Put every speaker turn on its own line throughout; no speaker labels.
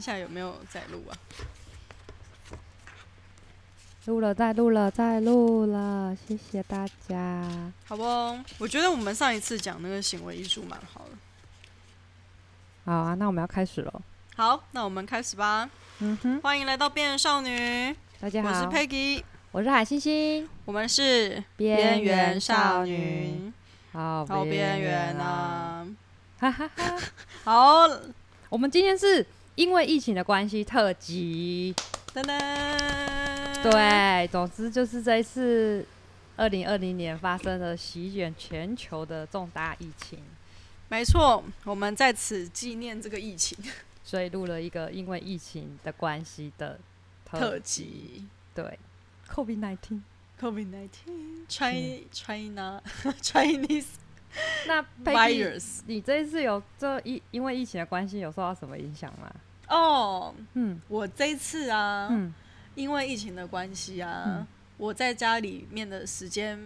下有没有在录啊？
录了，再录了，再录了，谢谢大家。
好不好，我觉得我们上一次讲那个行为艺术蛮好的。
好啊，那我们要开始了。
好，那我们开始吧。
嗯哼，
欢迎来到《变少女》，
大家好，
我是 Peggy，
我是海星星，
我们是缘
边缘
少
少
女
女，好
好边缘
啊！
啊！
哈哈哈，
好，
我们今天是因为疫情的关系特辑，
噔噔，，
对，总之就是这一次二零二零年发生的席卷全球的重大疫情，
没错，我们在此纪念这个疫情
所以录了一个因为疫情的关系的
特辑。
对，COVID nineteen。
COVID
嗯
nineteen China China Chinese
那 Peggy
virus
你这一次有这疫因为疫情的关系有受到什么影响吗？
哦
嗯
我这一次啊，
嗯
因为疫情的关系啊，
嗯
我在家里面的时间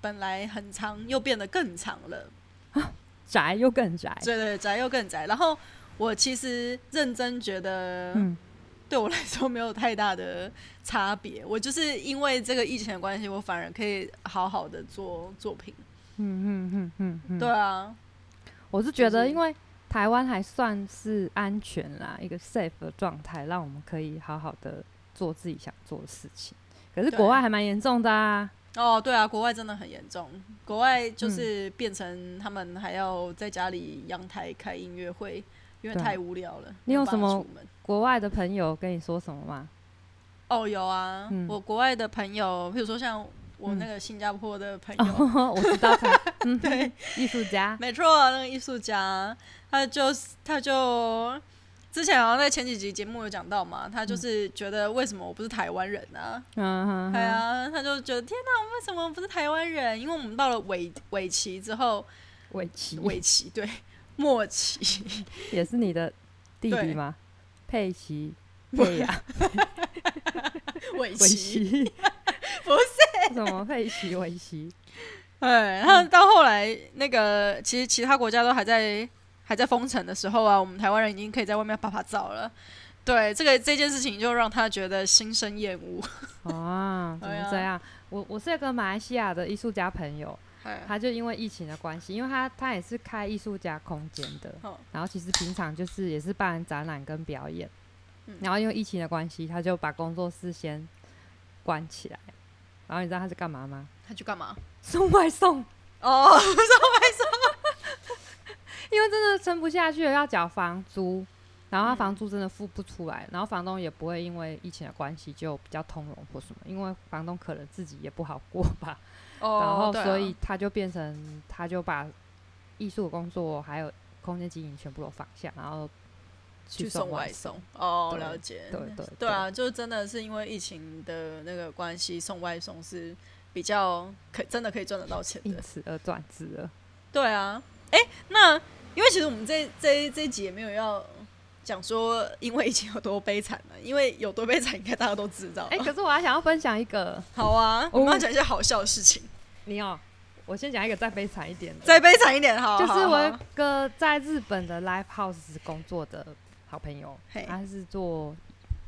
本来很长，又变得更长了。
宅又更宅，
对对，宅又更宅。然后我其实认真觉得，
嗯
对我来说没有太大的差别。我就是因为这个疫情的关系，我反而可以好好的做作品。
嗯嗯嗯嗯嗯，
对，啊，
我是觉
就
得
是
因为台湾还算是安全啦，一个 safe 的状态，让我们可以好好的做自己想做的事情。可是
对
国外还蛮严重的啊，
哦，对啊，国外真的很严重，国外
嗯
就是变成他们还要在家里阳台开音乐会，因为
对啊
太无聊了。
你有
没办
什
法
么
出门？
国外的朋友跟你说什么吗？
哦，有啊，
嗯
我国外的朋友，譬如说像我
嗯哦
那个新加坡的朋友，
我知道他，嗯，对，艺术家，
哎没错，那个艺术家，他就是他就之前好像在前几集节目有讲到嘛，他就是觉得为什么我不是台湾人啊？
嗯，
对，啊，他就觉得天哪，为什么我不是台湾人？因为我们到了尾尾期之后，
围棋
尾期 对末期，
也是你的弟弟
对
吗？佩奇。佩雅
尾
维
期，
西，
不
是什么佩奇维西，
哎，然后到后来那个其实其他国家都还在还在封城的时候啊，我们台湾人已经可以在外面拍拍照了。对，这个这件事情就让他觉得心生厌恶。
啊，怎
对啊
么这样？我我是有个马来西亚的艺术家朋友，
哎
他就因为疫情的关系，因为他他也是开艺术家空间的
哦，
然后其实平常就是也是办展览跟表演
嗯，
然后因为疫情的关系，他就把工作室先关起来。然后你知道他是干嘛吗？
他去干嘛？
送外送，
哦，
因为真的撑不下去了，要缴房租，然
嗯
后他房租真的付不出来，然后房东也不会因为疫情的关系就比较通融或什么，因为房东可能自己也不好过吧，
哦，
然后
对啊
所以他就变成他就把艺术工作还有空间经营全部都放下，然后
去
送
送外送。哦，
对
了解。
对对
对啊，就真的是因为疫情的那个关系，送外送是比较可真的可以赚得到钱
因
的。
此而转职了。
对啊，哎、那因为其实我们这这这一集也没有要讲说因为疫情有多悲惨呢、 因为有多悲惨，应该大家都知道。
哎、可是我还想要分享一个，
好啊，
哦
我们要讲一些好笑的事情，
你哦，我先讲一个再悲惨一点的，
再悲惨一点，好，
就是
好
我有
好
个在日本的 live house 工作的好朋友，
嘿
他是做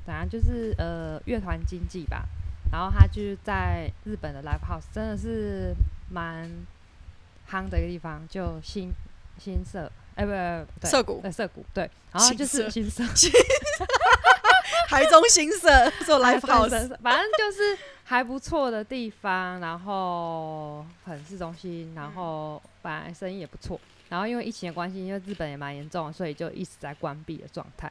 反正就是呃乐团经济吧，然后他就是在日本的 live house 真的是蛮夯的一个地方，就新新社哎、不不对
涩谷、
呃涩谷对，然后就是新社
台中新社 做 live
对
house，
对对反正就是还不错的地方，然后很市中心，然后本来生意也不错，然后因为疫情的关系，因为日本也蛮严重的，所以就一直在关闭的状态。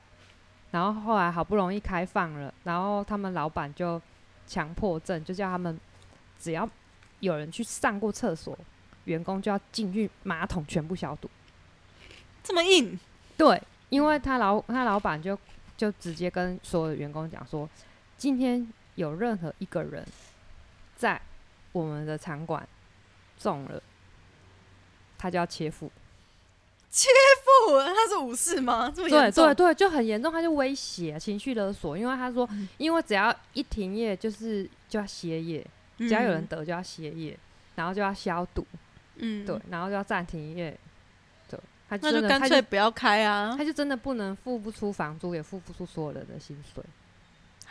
然后后来好不容易开放了，然后他们老板就强迫症，就叫他们只要有人去上过厕所，员工就要进去马桶全部消毒。
这么硬，
对，因为他老他老板就就直接跟所有的员工讲说，今天有任何一个人在我们的场馆中了，他就要切腹。
不，他是武士吗？这么
对
严重
对？对，就很严重，他就威胁情绪勒索，因为他说，
嗯
因为只要一停业就是就要歇业，
对
只要有人，得就要歇业，然后就要消毒，
嗯，
对，然后就要暂停营业，对，他
那
真
就
的
干
他
脆不要开啊
他就真的不能付不出房租，也付不出所有人的薪水。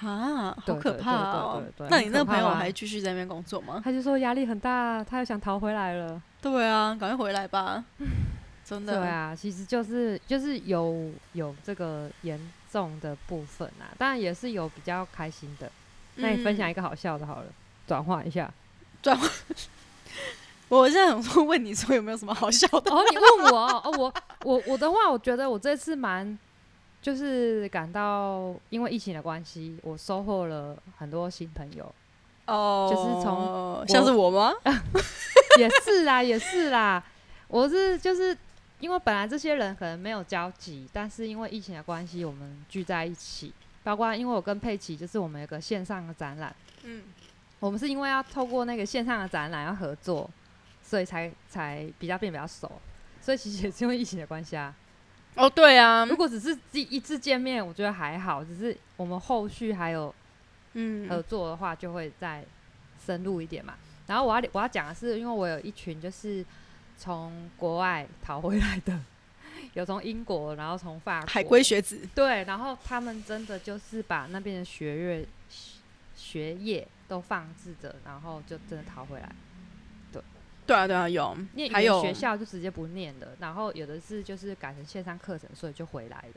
啊，好
对
可
对
怕哦
对对！对对
那你
很
那个
可
朋友
怕啊
还继续在那边工作吗？
他就说压力很大，他又想逃回来了。
对啊，赶快回来 吧，真
对
的。
啊，其实就是就是有有这个严重的部分啊，当然也是有比较开心的。那你分享
嗯
一个好笑的好了，转换一下。
我现在想说问你说有没有什么好笑的？
哦，你问我哦，哦我我我的话，我觉得我这次蛮就是感到因为疫情的关系，我收获了很多新朋友。
哦
就是从
像是我吗？
也是啦，也是啦。我是就是因为本来这些人可能没有交集，但是因为疫情的关系，我们聚在一起。包括因为我跟佩奇，就是我们有个线上的展览，
嗯，
我们是因为要透过那个线上的展览要合作，所以才才比较变比较熟。所以其实也是因为疫情的关系啊。
哦对啊
如，果只是第一次见面，我觉得还好。只是我们后续还有
嗯
合作的话，就会再深入一点嘛。然后我要我要讲的是，因为我有一群就是从国外逃回来的，有从英国，然后从法国，
海归学子，
对，然后他们真的就是把那边的学业学业都放置着，然后就真的逃回来，
对啊对啊有
念，语
还
言
有
学校就直接不念了，然后有的是就是改成线上课程，所以就回来了。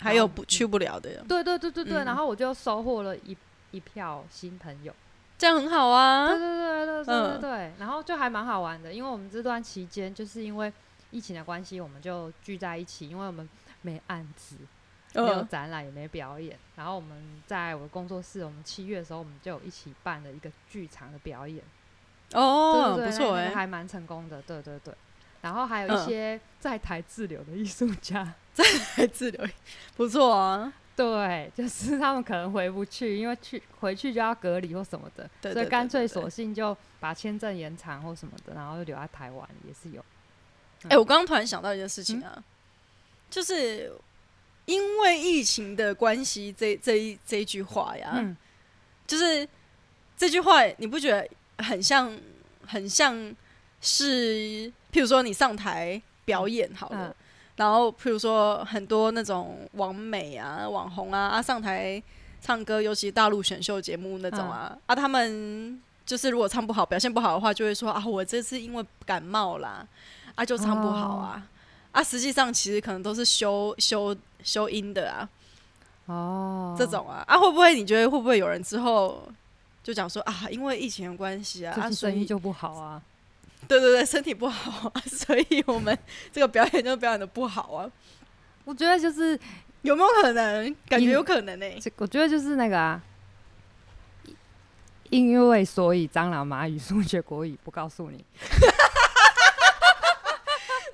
还有不去不了的，
对对对对对，
嗯
然后我就收获了一一票新朋友。
这样很好啊
对对对。对对对
嗯
对，然后就还蛮好玩的，因为我们这段期间就是因为疫情的关系，我们就聚在一起，因为我们没案子，没有
嗯
展览，也没表演。然后我们在我的工作室，我们七月的时候，我们就有一起办了一个剧场的表演，
哦，
对对
不
对，
错
那那个
哎，
还蛮成功的，对对对。然后还有一
嗯
些在台滞留的艺术家，
还自留，不错啊。
对，就是他们可能回不去，因为去回去就要隔离或什么的，
对
所以
对
干
对
脆
对
索性就把签证延长或什么的，然后就留在台湾也是有。
哎、我刚刚突然想到一件事情啊，就是因为疫情的关系，这这一这一句话呀，
嗯，
就是这句话，你不觉得很像很像是，譬如说你上台表演好了，
嗯
然后譬如说很多那种网美啊、网红啊啊上台唱歌，尤其大陆选秀节目那种啊、啊，他们就是如果唱不好、表现不好的话，就会说啊，我这次因为感冒啦，啊就唱不好啊。啊，实际上其实可能都是修修修音的啊，
哦，
这种啊，啊会不会你觉得会不会有人之后就讲说啊，因为疫情的关系啊，
这
啊
次
所
生意
以
就不好啊。
对对对身体不好啊， 所以我们这个表演就表演的不好啊，
我觉得就是，
有没有可能？感觉
因
有可能呢、欸
这我觉得就是那个啊，因为所以蟑螂、蚂蚁、数学、国语不告诉你，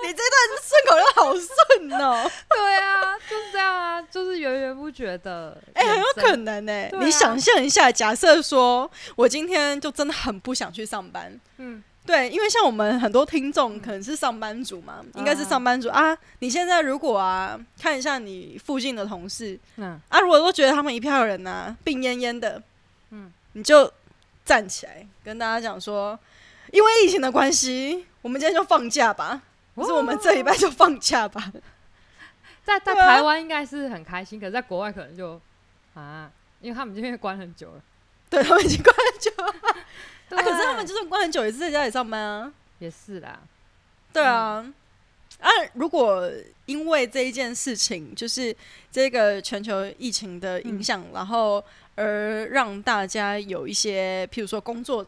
你这段顺口又好顺 哦、
对啊，就是这样啊，就是源源不绝的，
哎、很有可
能，
能呢、欸
对啊
你想象一下，假设说我今天就真的很不想去上班，
嗯，
对，因为像我们很多听众可能是上班族嘛，嗯应该是上班族啊。你现在如果啊，看一下你附近的同事，
嗯
啊，如果都觉得他们一票人呐、病恹恹的，
嗯
你就站起来跟大家讲说，因为疫情的关系，我们今天就放假吧，不是我们这礼拜就放假吧？
在在
对啊
台湾应该是很开心，可是在国外可能就啊，因为他们这边关很久了。
对他们已经关很久了、
对
啊可是他们就算关很久，也是在家里上班啊。
也是啦，
对啊，啊，如果因为这一件事情，就是这个全球疫情的影响，然后而让大家有一些，譬如说工作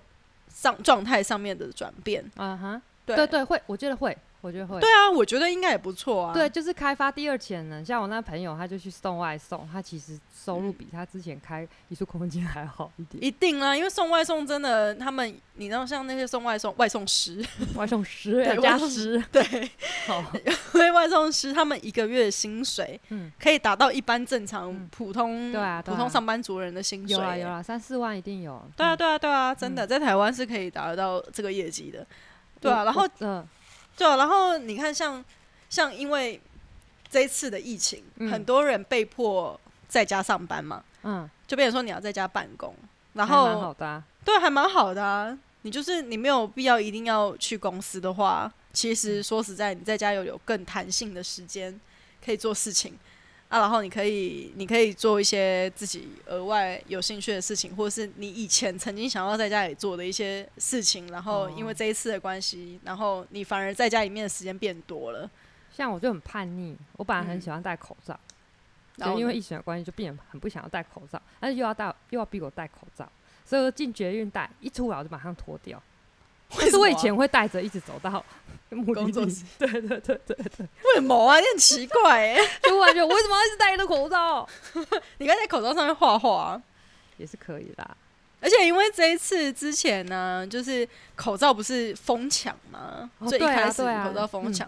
上状态上面的转变，
啊哈，
对
对对会，我觉得会，我觉得会，
对啊，我觉得应该也不错啊。
对，就是开发第二潜能。像我那朋友，他就去送外送，他其实收入
嗯
比他之前开艺术空间还好一点。
一定啊啦，因为送外送真的，他们你知道，像那些送外送外送 师，
外送十
对
加
外送
十，
对，
好，
因为外送师他们一个月的薪水
嗯，
可以达到一般正常
嗯
普通、
对啊对
普
啊
通上班族人的 薪水、
有啊有啊，三四万一定有。
对啊，
嗯，
对啊，对啊，真的，在台湾是可以达到这个业绩的。对啊，
我
然后
我嗯
对啊，然后你看像，像因为这一次的疫情，
嗯
很多人被迫在家上班嘛，
嗯，
就变成说你要在家办公，然
还蛮
后
好的啊，
对，还蛮好的啊。你就是你没有必要一定要去公司的话，其
嗯
实说实在，你在家有有更弹性的时间可以做事情啊，然后你可以你可以做一些自己额外有兴趣的事情，或者是你以前曾经想要在家里做的一些事情，然后因为
哦
这一次的关系，然后你反而在家里面的时间变多了。
像我就很叛逆，我本来
嗯
很喜欢戴口罩，
然后
就因
呢
为疫情的关系，就变得很不想要戴口罩，但是又要戴，又要逼我戴口罩，所以我就进捷运戴，一出来我就马上脱掉。但
为
是
什
我以
么啊
前会带着一直走 到目的
工作
地
室，
对对对对，
为什么啊？你很奇怪哎、
就我就我为什么要一直戴着口罩？
你刚才在口罩上面画画、啊。
也是可以啦，
而且因为这一次之前呢，就是口罩不是疯抢嘛，
哦
最一
对啊
开始
对啊
口罩疯抢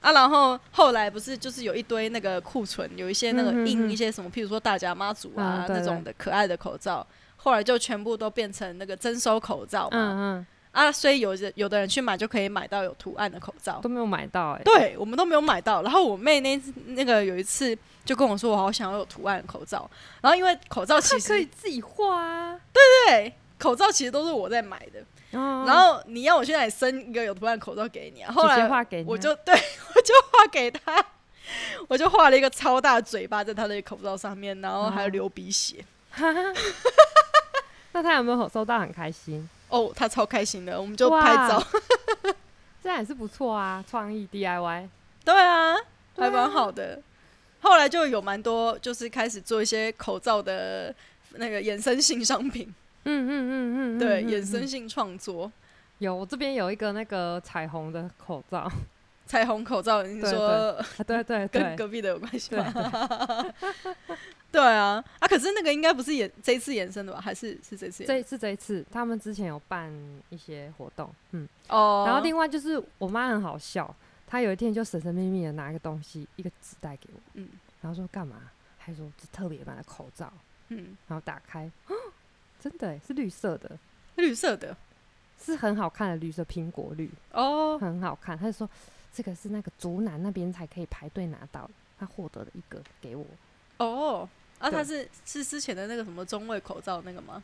啊，然后后来不是就是有一堆那个库存，有一些那
嗯
个
嗯
印
嗯
一些什么，譬如说大甲妈祖啊
啊对
那种的可爱的口罩，后来就全部都变成那个征收口罩嘛
嗯
啊，所以有的有的人去买就可以买到有图案的口罩
嗯，都。没有买到哎、
对啊我们都没有买到。然后我妹那次那个有一次就跟我说，我好想要有图案的口罩。然后因为口罩其
它
实
可以自己画啊，
对口罩其实都是我在买的，
嗯
然后你要我去哪里生一个有图案的口罩给你啊？后
姐
来
姐画给你啊
我就 对我就画给他，我就画了一个超大的嘴巴在他的口罩上面，然后还有流鼻血。
那他有没有收到很开心？
哦，他超开心的，我们就拍照
哇。这样也是不错啊，创意 DIY
对啊，还
对啊
蛮好的。后来就有蛮多，就是开始做一些口罩的那个衍生性商品，
嗯嗯嗯嗯，
对，
嗯
衍
嗯
生性创作。
有，我这边有一个那个彩虹的口罩， 啊
彩虹口罩，你
对
说
对 对
跟
对，
隔壁的有关系
对
吗？对啊，啊，可是那个应该不是衍这一次延伸的吧？还是是这次衍
这一次这一次他们之前有办一些活动，嗯，
哦，
然后另外就是我妈很好笑，她有一天就神神秘秘的拿一个东西，一个纸袋给我，
嗯
然后说干嘛？还说这特别版的口罩，
嗯，
然后打开，哦真的欸耶是绿色的，
绿色的
是很好看的绿色，苹果绿，
哦，
很好看。他就说这个是那个竹南那边才可以排队拿到的，他获得了一个给我，
哦，啊，
对
它是是之前的那个什么中卫口罩那个吗？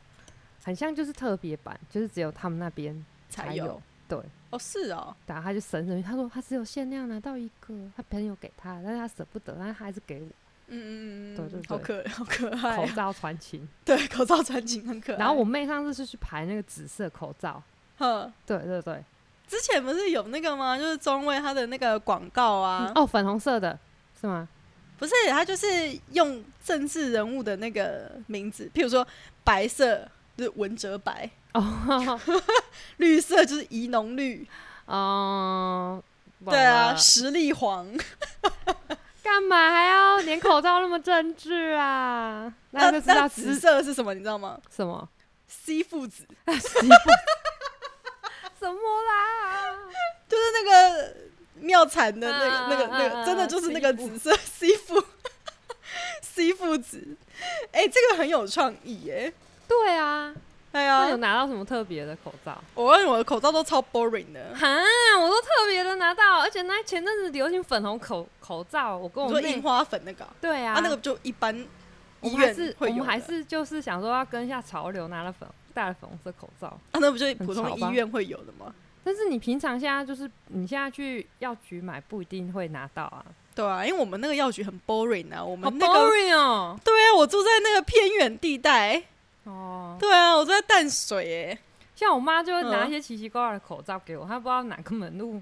很像就是特别版，就是只有他们那边
才
才有对。
哦，是哦，
然后他就神神秘，他说他只有限量拿到一个，他朋友给他，但是他舍不得，但是他还是给我
嗯嗯嗯，嗯
对对
好可 好可爱
口
啊，
罩传情。
对，口罩穿紧很可爱。
然后我妹上次是去排那个紫色口罩，
哼，
对对对，
之前不是有那个吗？就是中卫它的那个广告啊
嗯，哦，粉红色的是吗？
不是，它就是用政治人物的那个名字，譬如说白色就是文哲白，
哦，
绿色就是怡农绿，
嗯，忘
对啊，
了
实力黄。
干嘛还要连口罩那么政治啊？那就知道
那紫
紫
色是什么，你知道吗
什么
？C 父子
什么啦？
就是那个妙产的那个、
啊
那个那
啊
个，
啊
真的就是那个紫色 C 父 C 父子。哎、这个很有创意耶、
对啊，
哎
那有
呀，
拿到什么特别的口罩？
我问我的口罩都超 boring 的。
哈，我都特别的拿到，而且那前阵子流行粉红口口罩，我跟
你
我
说
妹
印花粉那个啊，
哦对啊，
啊那个就一般
我
医
们还
院
是我
会有
们
的
还是就是想说要跟一下潮流，拿了粉戴了粉红色口罩。
啊，那不就是
很
普通
潮吧
医院会有的吗？
但是你平常现在就是你现在去药局买不一定会拿到啊，
对啊，因为我们那个药局很 boring 啊，我
好
们那个
boring 哦。
对啊，我住在那个偏远地带，
哦，
对啊，我住在淡水哎、
像我妈就会
嗯
拿一些奇奇怪怪的口罩给我，她不知道哪个门路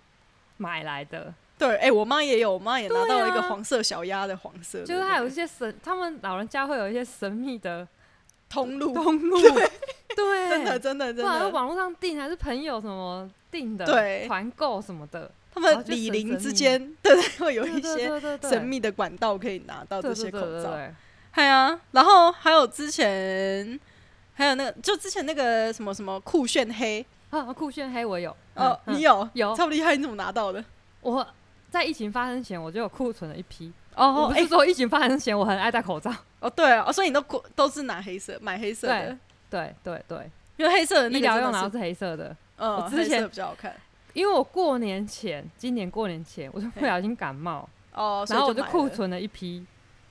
买来的，
对，哎、我妈也有，我妈也拿到了一个
对啊
黄色小鸭的黄色的那个，
就是她有一些神，他们老人家会有一些神 秘的
通路，
通路，对，
真的真的真
不然
的，
网络上订还是朋友什么订的，
对
团购什么的，
他
然后
们
就
李
神
林
神
之
秘
间， 对对，会有
对
一
对
些
对对对
神秘的管道可以拿到
对
这
对
些口
对对
罩。
对
对啊，然后还有之前，还有那个，就之前那个什么什么酷炫黑，
啊，酷炫黑我有，
哦，
嗯
你有
有
超厉害，你怎么拿到的？
我在疫情发生前我就有库存了一批。我
哦
不是说疫情发生前我很爱戴口罩，
哦，对啊，哦所以你都过都是拿黑色，买黑色的
对，对对对，
因为黑色的那
医
个
疗
真
用
的
然后
是，
是黑色的，
嗯，
我之
黑色
前
比较好看。
因为我过年前，今年过年前我就不小心感冒，
哦，所以
然后我就
买
库
了，
存了一批，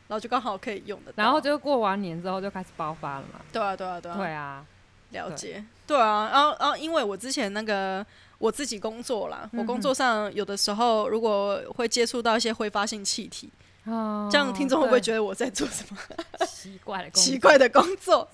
然后就刚好可以用的，
然后就过完年之后就开始爆发了嘛，
对啊，对啊，对啊，
对啊，
了
对
解，对啊，然后然后因为我之前那个我自己工作啦，我
嗯
工作上有的时候如果会接触到一些挥发性气体，
哦
这样听众会不会
对
觉得我在做什么
奇怪的工
奇
作？
怪的工作？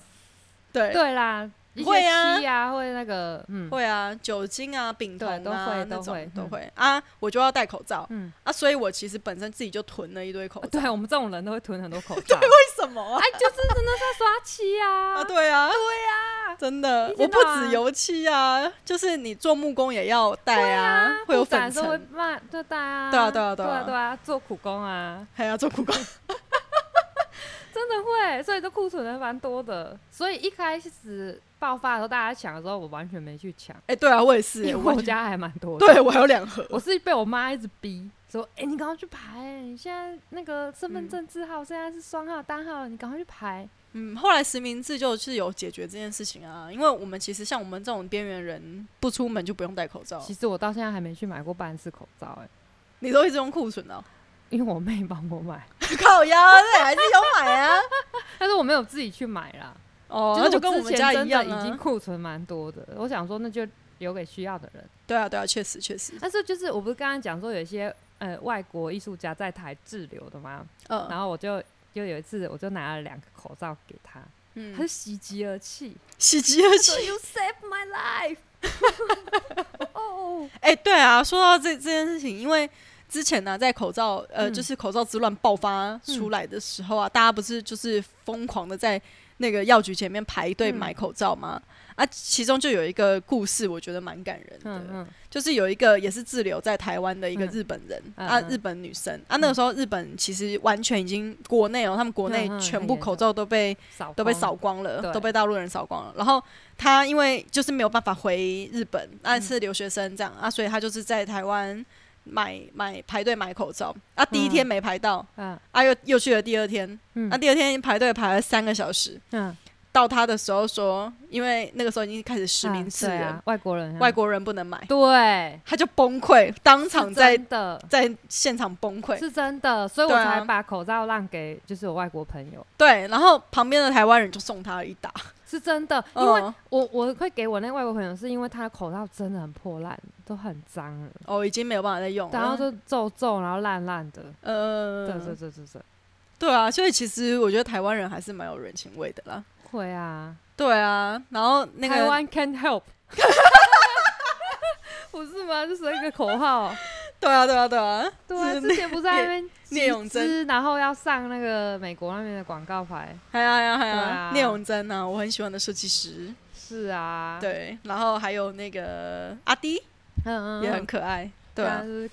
对，
对啦，一些
会啊
漆啊，会那个，嗯，
会啊，酒精啊、丙酮
对都
啊
会
那
都会
种都
嗯
会啊，我就要戴口罩
嗯，
啊，所以我其实本身自己就囤了一堆口罩。
哦对我们这种人都会囤很多口罩，
为什么啊？
哎，就是真的在刷漆啊
啊，，对啊，对啊，真的
一，
我
天
不
到
止
晚
油漆啊，就是你做木工也要戴啊，会有
布展
粉
的时候会
尘，
慢，对对啊，
对啊对啊对
对
啊
对啊，做苦工啊，
还要做苦工。
真的会，所以这库存的蛮多的，所以一开始爆发的时候，大家抢的时候，我完全没去抢，
哎，对啊，我也是，
因为
完
我
全
家还蛮多的，
对我还有两盒，
我是被我妈一直逼说：“哎、你赶快去排、你现在那个身份证字号现在是双号、单号，你赶快去排。
嗯，后来实名制就是有解决这件事情啊，因为我们其实像我们这种边缘人，不出门就不用戴口罩
其，实我到现在还没去买过半次口罩、哎，
你都一直用库存哦，
因为我妹帮我买，
靠腰，那还是有买啊，
但是我没有自己去买啦。
哦，
是
那就跟我
之
们
前
家
真
一样
的已经
啊，
库存蛮多的。我想说，那就留给需要的人。
对啊，对啊，确实确实，
但是就是我不是刚刚讲说有一些呃外国艺术家在台滞留的吗？
嗯
然后我就就有一次我就拿了两个口罩给他，他就
嗯，
喜极 而泣，
喜极而
说
泣。
You saved my life 。哦，
哎、对啊，说到这这件事情，因为之前呢、在口罩呃，
嗯
就是口罩之乱爆发出来的时候啊，大家不是就是疯狂的在那个药局前面排队
嗯
买口罩吗？啊，其中就有一个故事，我觉得蛮感人的，
嗯嗯，
就是有一个也是滞留在台湾的一个
嗯
日本人、
嗯
啊，
嗯
日本女生啊，那个时候日本其实完全已经国内哦，他们国内
嗯嗯
全
很
部
严
口
重
罩都被
扫
都被
光
扫，光了，
对
都被大陆人扫光了。然后他因为就是没有办法回日本，啊是留学生这
嗯
样啊，所以他就是在台湾买买排队买口罩啊，第一天没排到，
嗯
啊又又去了第二天，
嗯
啊第二天排队排了三个小时，
嗯，
到他的时候说，因为那个时候已经开始实名制
啊对
了，
啊，外国人啊，
外国人不能买，
对，
他就崩溃，当场
是
在
真的。
在现场崩溃。
是真的，所以我
对啊
才把口罩让给就是我外国朋友，
对，然后旁边的台湾人就送他一打，
是真的，因为
嗯
我我会给我那个外国朋友，是因为他的口罩真的很破烂，都很脏了，
哦已经没有办法再用了，
然后就皱皱，然后烂烂的，
呃，
对对对对对，
对啊，所以其实我觉得台湾人还是蛮有人情味的啦。
会啊，
对啊，然后那
台
个
湾 can help，不是吗？就是一个口号，
对啊，对啊，对啊，
对啊，
是
之前不是在那边
聂
集
永贞
资，然后要上那个美国那边的广告牌。
还有还有还有
对啊
聂永贞啊，我很喜欢的设计师，
是啊，，
对，然后还有那个阿迪
嗯嗯，
也
嗯
很可爱，对啊
但，是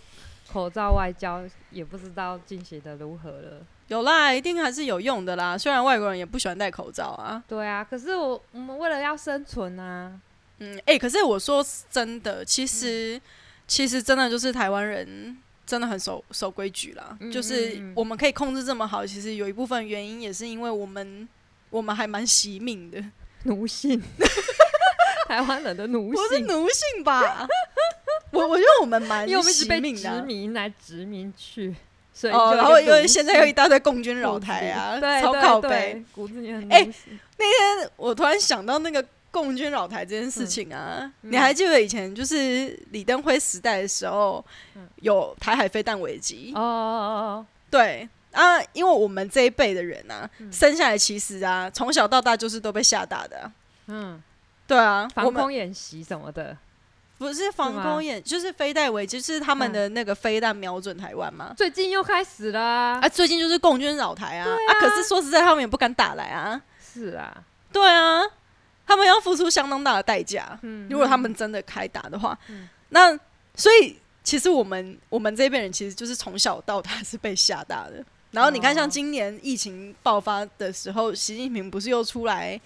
口罩外交也不知道进行的如何了。
有啦，一定还是有用的啦。虽然外国人也不喜欢戴口罩啊，
对啊，可是我我们为了要生存啊，
嗯，哎、可是我说真的，其
嗯
实、其实真的就是台湾人。真的很守守规矩啦，
嗯
就是
嗯嗯
我们可以控制这么好，其实有一部分原因也是因为我们我们还蛮惜命的，
奴性， 台湾人的奴
不是
性，
奴性吧？ 我我觉得我们蛮
因为我们一直
惜
被
命的
殖
啊、
民来殖民去，所以
哦，
就
然后
有
因为
点
现
奴
在又
性
一大堆共军扰
骨子
台
里
啊，
对
超
对
靠
对
背。
骨子里很
哎
奴性
但我突然想到那个共军扰台这件事情啊，
嗯
你还记得以前就是李登辉时代的时候，
嗯
有台海飞弹危机？
哦哦
对啊，因为我们这一辈的人啊，
嗯
生下来其实啊，从小到大就是都被吓打的啊、
哦哦，嗯，
对啊，我
防
们
空演习什么的，
不是防
吗
空演，就是飞弹危机，就是他们的那个飞弹瞄准台湾嘛。
最近又开始了啊
啊，最近就是共军扰台啊，啊可是说实在，他们也不敢打来啊，
是啊，
对啊，他们要付出相当大的代价，
嗯
如果他们真的开打的话，那所以其实我们我们这一辈人其实就是从小到大是被吓大的，然后你看，
哦
像今年疫情爆发的时候，习近平不是又出来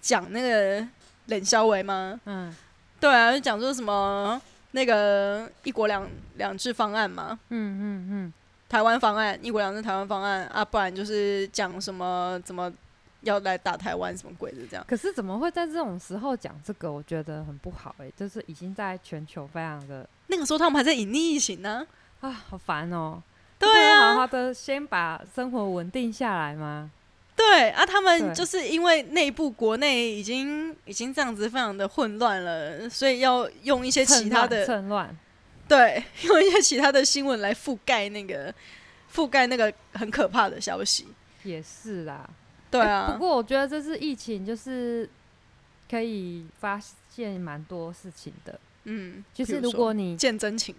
讲那个冷消维吗？
嗯
对啊，就讲说什么那个一国两两制方案嘛，
嗯嗯嗯，
台湾方案，一国两制台湾方案啊，不然就是讲什么怎么要来打台湾什么鬼的这样。
可是怎么会在这种时候讲这个？我觉得很不好哎、就是已经在全球非常的
那个时候他们还在隐匿疫情呢、
啊，好烦哦、
对
不能
啊，
好好的先把生活稳定下来吗？
对啊，他们
对
就是因为内部国内已经已经这样子非常的混乱了，所以要用一些其
趁
他
乱
的
趁乱，
对，用一些其他的新闻来覆盖那个覆盖那个很可怕的消息。
也是啦。
对
欸
啊，
不过我觉得这次疫情就是可以发现蛮多事情的，
嗯，
就是
比如
如
说
果你
见真情，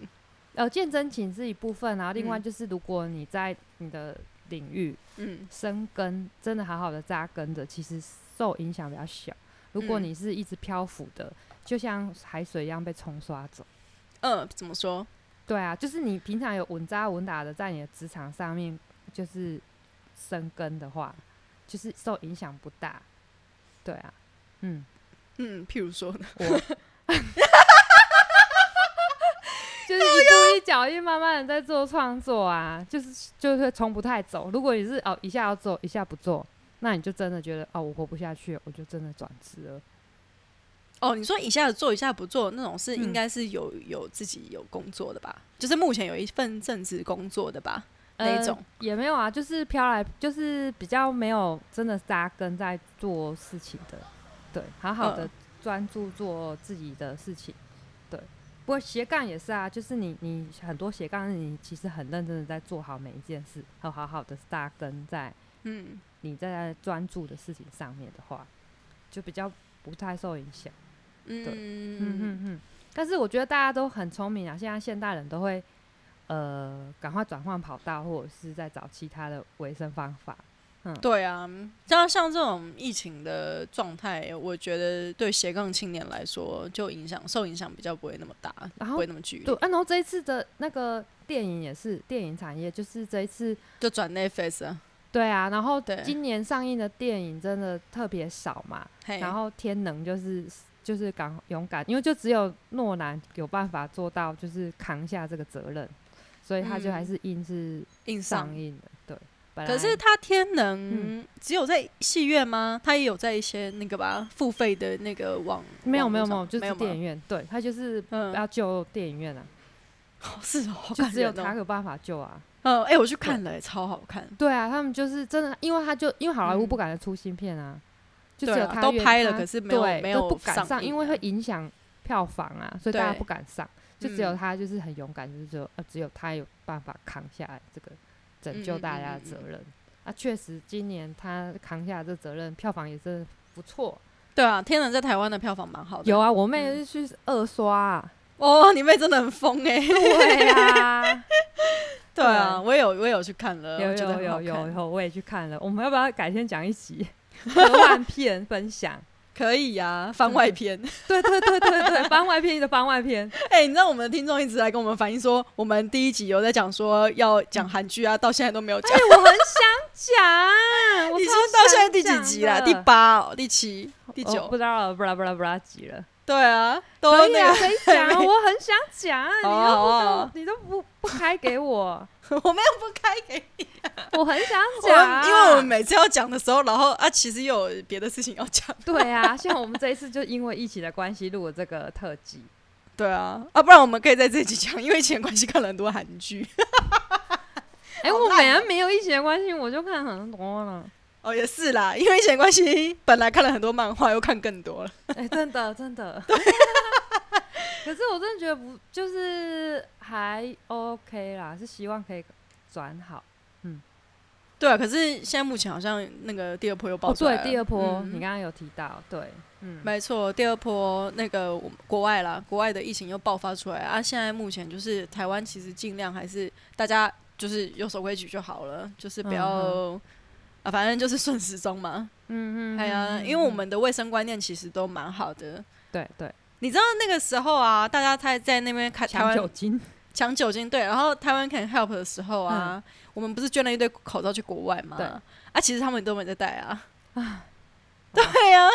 呃见真情是一部分，然后另外
嗯
就是如果你在你的领域
嗯
生根，真的好好的扎根着，其实受影响比较小。如果
嗯
你是一直漂浮的，就像海水一样被冲刷走。
嗯、呃，怎么说？
对啊，就是你平常有稳扎稳打的在你的职场上面就是生根的话，就是受影响不大。对啊，嗯，
嗯，譬如说呢，
我就是一步一脚印，慢慢的在做创作啊，就是就是会从不太走。如果你是哦一下要做，一下不做，那你就真的觉得哦我活不下去了，我就真的转职了。
哦，你说一下子做一下不做那种是，应
嗯
该是有、有自己有工作的吧？就是目前有一份正职工作的吧？哪一
呃
种
也没有啊，就是飘来，就是比较没有真的扎根在做事情的，对，好好的
嗯
专注做自己的事情，对。不过斜杠也是啊，就是你你很多斜杠，你其实很认真的在做好每一件事，和好好的扎根在
嗯，
你在专注的事情上面的话，就比较不太受影响。
嗯
对
嗯
嗯嗯嗯。但是我觉得大家都很聪明啊，现在现代人都会呃赶快转换跑道，或者是在找其他的维生方法。
对啊，像像这种疫情的状态，我觉得对斜杠青年来说，就影响受影响比较不会那么大，
然
不
后
会那么剧烈，
对，啊、然后这一次的那个电影也是电影产业，就是这一次
就转 Netflix 啊，
对啊，然后
对
今年上映的电影真的特别少嘛，
嘿，
然后天能就是就是敢勇敢，因为就只有诺兰有办法做到就是扛下这个责任，所以他就还
嗯
是硬是
硬上
上。映的，对。本
可
来
是他天能
嗯
只有在戏院吗？他也有在一些那个吧付费的那个网
没有
网
没有
络
没有，
上
就是
吗
电影院，对他就是
嗯，
要救电影院啊，
哦是 哦，好
就
感
只有
人
他
哦。
有办法救啊。
嗯，哎，我去看了，超好看。
对啊，他们就是真的，因为他就因为好莱坞不敢出新片啊，就只
嗯对
有
啊
他
都
原
拍了
他
可是没有
对
没
都
有
不敢
上
上，
映
因为
啊
会影响票房啊，所以大家
对
不敢上，就只有
嗯
他就是很勇敢，就是说呃，只有他有办法扛下来这个拯救
嗯嗯
大
嗯
家
嗯
的责
嗯
任。啊，确实今年他扛下这责任，票房也真的不错。
对啊，天能在台湾的票房蛮好的。
有啊，我妹
嗯
也是去二刷啊，
哦，你妹真的很疯 哎。
对啊。
对啊，我也有我也有去看了，
有
我觉得
有
很
有
好
有
看
有，我也去看了。我们要不要改天讲一 集科幻片分享？
可以呀，番外篇。
对对对对对，番外篇的番外篇，
哎、你知道我们的听众一直来跟我们反映说，我们第一集有在讲说要讲韩剧啊，到现在都没有讲。
我很想讲。我
你说
超
到
想
现在第几集啦？
讲的
第八、哦、第七、第
哦
九？
不知道了，不啦不啦不啦，急了。
对啊，都
可以
那
啊，
个，
可以讲啊，我很想讲 啊，你
好啊
都
好啊
不跟
好
我
啊，
你都不不开给我，
我们要不开给
我很想
我们
讲啊，
因为我们每次要讲的时候，然后啊，其实又有别的事情要讲。
对啊，像我们这一次就因为疫情的关系录了这个特辑。
对啊，啊，不然我们可以在这集讲，因为以前关系看了很多韩剧。
哎，
好
我
烂
本来没有疫情的关系，我就看很多了。
哦，也是啦，因为以前关系本来看了很多漫画，又看更多了。
哎、真的真的。 可是我真的觉得不，就是还 OK 啦，是希望可以转好。
对啊，可是现在目前好像那个第二波又爆出来
哦
了、，
对第二波、
嗯
你刚刚有提到，对，嗯，
没错，第二波那个我们国外啦，国外的疫情又爆发出来啊。现在目前就是台湾，其实尽量还是大家就是有守规矩就好了，就是不要、啊，反正就是顺时钟嘛。
嗯嗯，
哎呀，
嗯
因为我
嗯
们的卫生观念其实都蛮好的。
对对
你知道那个时候啊，大家在在那边开台
抢酒
湾
精，
抢酒精，对，然后台湾 Can Help 的时候啊，我们不是捐了一堆口罩去国外嘛？
嗯对
啊，其实他们都没在戴啊。 对呀、啊，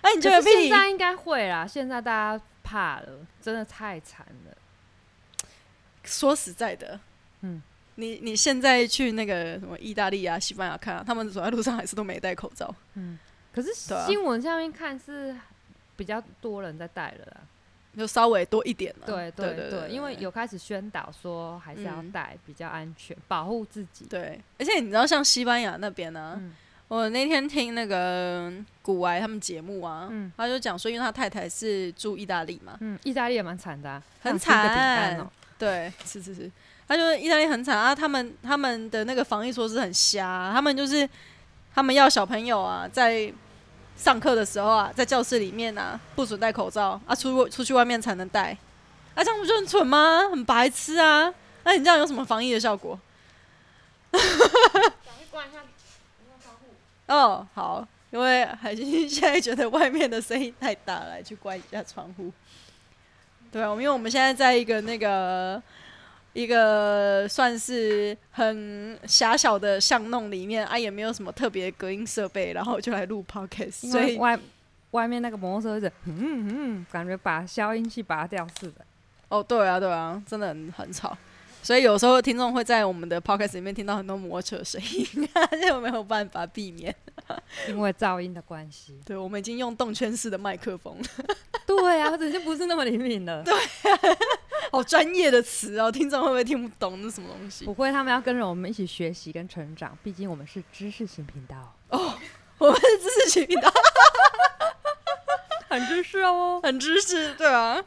哎、你觉
可
得
是现在应该会啦，现在大家怕了，真的太惨了。
说实在的，嗯
嗯，
你你现在去那个什么意大利啊、西班牙看啊，他们走在路上还是都没戴口罩。
可是
对啊
新闻上面看是比较多人在戴了啦，
就稍微多一点了、
对
嗯对
对
对，
因为有开始宣导说还是要
嗯
戴比较安全，保护自己。
对，而且你知道，像西班牙那边呢、
嗯
我那天听那个古埃他们节目啊，
嗯
他就讲说，因为他太太是住意大利 嘛，
嗯，意大利也蛮惨的啊、
很
他们吃一个饼干
惨
哦
对，是是是，他就是意大利很惨啊，他们他们的那个防疫措施很瞎啊、他们就是他们要小朋友啊，在上课的时候啊，在教室里面啊，不准戴口罩啊，出出去外面才能戴，啊，这样不就很蠢吗？很白痴啊！那你这样有什么防疫的效果？哦，好，因为海星现在觉得外面的声音太大了，来去关一下窗户。对啊，我们因为我们现在在一个那个一个算是很狭小的巷弄里面啊，也没有什么特别隔音设备，然后我就来录 podcast，
因
所
为
以
外外面那个摩托车一直嗯嗯，感觉把消音器拔掉似的。
哦，对啊，对啊，真的很很吵。所以有时候听众会在我们的 podcast 里面听到很多摩托车的声音， 就没有办法避免。。
因为噪音的关系
对，我们已经用动圈式的麦克风了，
对啊，人就不是那么灵敏 了。
好专业的词哦，听众会不会听不懂那什么东西？
不会，他们要跟着我们一起学习跟成长，毕竟我们是知识型频道，
我们的知识型频道
很知识哦。
很知识，对啊，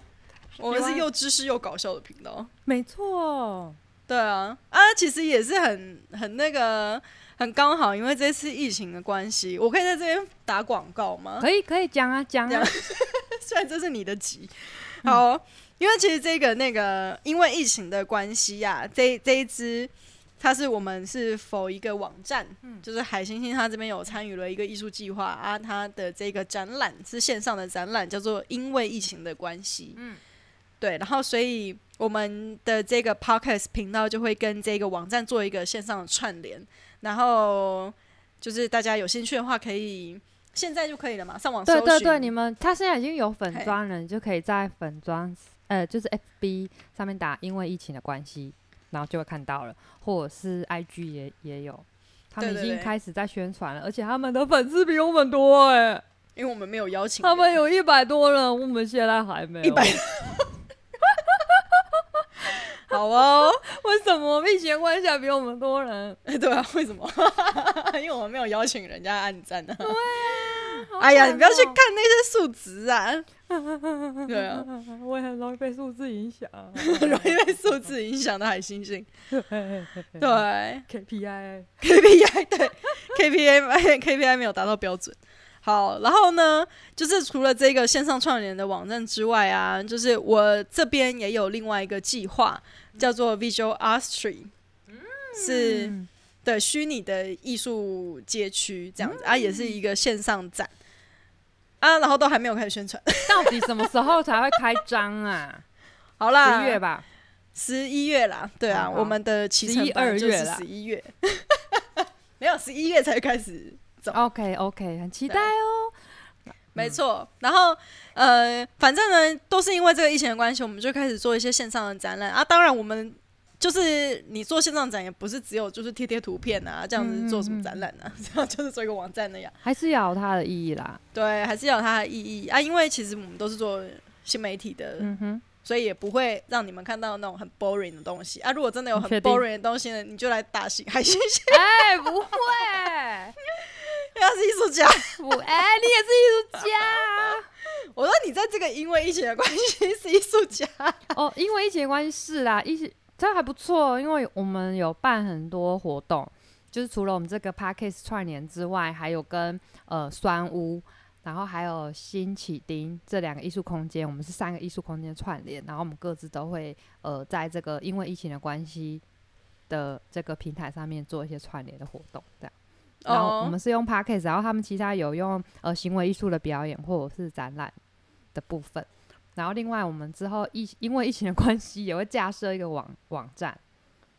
我们
有
是
啊
又知识又搞笑的频道，
没错，
对啊，啊，其实也是很很那个很刚好，因为这次疫情的关系，我可以在这边打广告吗？
可以可以讲啊讲啊
讲， 虽然这是你的集，好，哦因为其实这个那个因为疫情的关系呀、这这一支。它是我们是否一个网站，
嗯
就是海星星，它这边有参与了一个艺术计划啊，它的这个展览是线上的展览，叫做“因为疫情的关系”，
嗯
对，然后所以我们的这个 podcast 频道就会跟这个网站做一个线上的串联，然后就是大家有兴趣的话，可以现在就可以了嘛，上哦网搜
对
寻。
对对，你们他现在已经有粉
嘿
砖了，你就可以在粉砖呃就是 FB 上面打，因为疫情的关系，然后就会看到了，或者是 IG 也也有，他们
对
已
对
经
对
开始在宣传了，而且他们的粉丝比我们多哎、
因为我们没有邀请
他们
人
有一百多人，我们现在还没有
100 好哦，
为什么疫情关系还比我们多人？
对啊，为什么？ 因为我们没有邀请人家按赞呢、
嗯
哎呀，你不要
哦
去看那些数值 啊，对啊，
看，嗯我也很容易被数字影响。啊
容易被数字影响的海星星。对
KPI，
KPI 对 KPI KPI 没有达到标准。好，然后呢，就是除了这个线上串联的网站之外啊，就是我这边也有另外一个计划，叫做 Visual Art Street，、是
嗯
对虚拟的艺术街区这样子、啊，也是一个线上展啊，然后都还没有开始宣传。
到底什么时候才会开张 啊？
好啦，
十月吧，
十一月啦，对啊，
好
我们的骑乘
11
本来就是
二月啦
十一月， 没有十一月才开始
OK OK，很期待哦。
没错，然后呃，反正呢，都是因为这个疫情的关系，我们就开始做一些线上的展览啊。当然，我们就是你做线上展也不是只有就是贴贴图片啊，这样
嗯嗯
子做什么
嗯
展览啊？这样就是做一个网站那样。
还是要有它的意义啦。
对，还是要有它的意义啊，因为其实我们都是做新媒体的，
嗯哼，
所以也不会让你们看到那种很 boring 的东西啊。如果真的有
你
很
确定
boring 的东西呢，你就来打新 海星星，
哎，不会，
他是艺术家。
不，哎，你也是艺术家啊。
我说你在这个因为疫情的关系是艺术家，
哦，因为疫情的关系是啦，疫情这还不错，哦因为我们有办很多活动，就是除了我们这个 p a c k a s e 串联之外，还有跟呃酸屋，然后还有新启丁这两个艺术空间，我们是三个艺术空间串联，然后我们各自都会呃在这个因为疫情的关系的这个平台上面做一些串联的活动，这样。然
哦
后我们是用 p a c k a s e 然后他们其他有用呃行为艺术的表演或者是展览的部分。然后另外我们之后疫因为疫情的关系，也会架设一个网网站，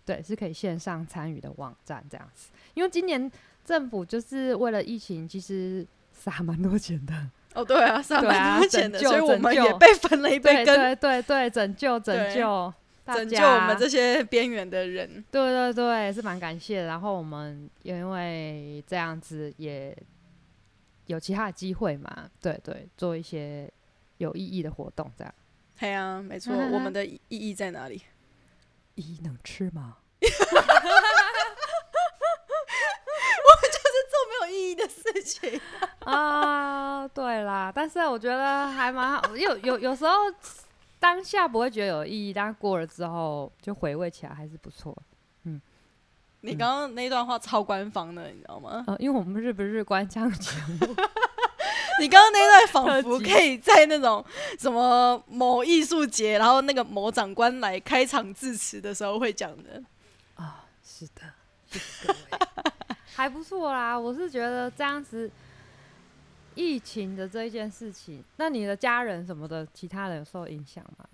对，是可以线上参与的网站这样子。因为今年政府就是为了疫情，其实撒蛮多钱的，
哦，对啊，上
对啊
班多钱的，
拯
所
救
以我们
拯救
也被分了一杯
对
羹，
对对对，拯救拯
对
救大
拯救
家
我们这些边缘的人。
对对对，是蛮感谢的。然后我们也因为这样子也有其他的机会嘛，对对，做一些有意义的活动，这样。
嘿啊，没错，
嗯哼
我们的意义在哪里？
意义能 吃吗？
没有意义
会啊啦，但是我觉得还蛮好，有有有时候当下不会觉得有意义，但过了之后就回味起来还是不错。
你刚刚那段话超官方的，你知道吗？
呃，因为我们是不是官腔节目？
你刚刚那段仿佛
特辑
可以在那种什么某艺术节，然后那个某长官来开场致辞的时候会讲的。
啊是的，谢谢各位， 还不错啦。我是觉得这样子，疫情的这一件事情，那你的家人什么的，其他人有受影响吗？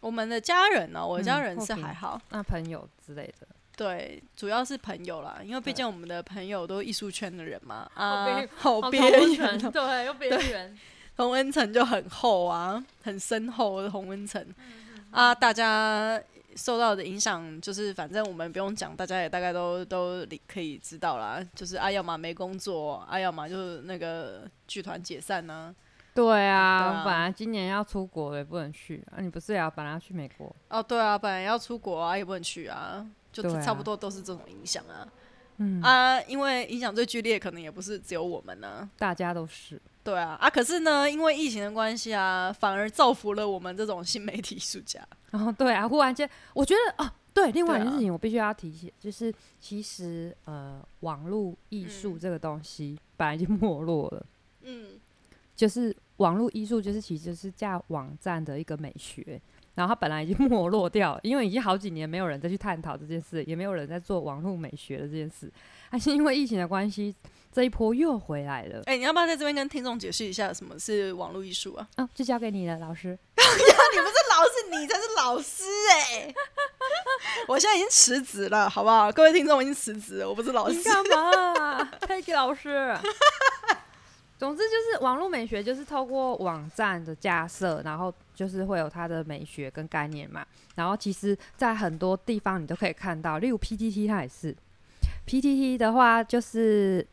我们的家人呢、我的家
嗯
人
或
是
平
还好，
那朋友之类的？
对，主要是朋友啦，因为毕竟我们的朋友都艺术圈的人嘛，
好
啊
边，
好
好
边
同温
缘
层
哦，
对，又边缘，
洪恩城就很厚啊，很深厚的洪恩城啊，大家受到的影响就是，反正我们不用讲，大家也大概都都理可以知道啦，就是啊，要么没工作，啊，要么就是那个剧团解散呐、
对啊，
对啊
我本来今年要出国也不能去啊，你不是也要本来要去美国？
哦，对啊，本来要出国啊，也不能去啊，就
对啊
差不多都是这种影响啊。
嗯，
啊，因为影响最剧烈，可能也不是只有我们呢、
大家都是，
对啊，啊，可是呢，因为疫情的关系啊，反而造福了我们这种新媒体艺术家。
然后对啊，忽然间，我觉得啊，对，另外一
对啊
件事情我必须要提起，就是其实呃，网络艺术
嗯
这个东西本来就没落了，
嗯，
就是网络艺术就是其实就是架网站的一个美学。然后它本来已经 没落掉了，因为已经好几年没有人再去探讨这件事，也没有人在做网络美学的这件事。但是因为疫情的关系，这一波又回来了。
哎、你要不要在这边跟听众解释一下什么是网络艺术啊？
啊，就交给你了，老师。
这老师，你才是老师哎、 我现在已经辞职了，好不好？各位听众，我已经辞职了，我不是老师
你。干嘛？Peggy 老师。总之就是网络美学，就是透过网站的架设，然后就是会有它的美学跟概念嘛。然后其实，在很多地方你都可以看到，例如 PTT 它也是，PTT 的话就是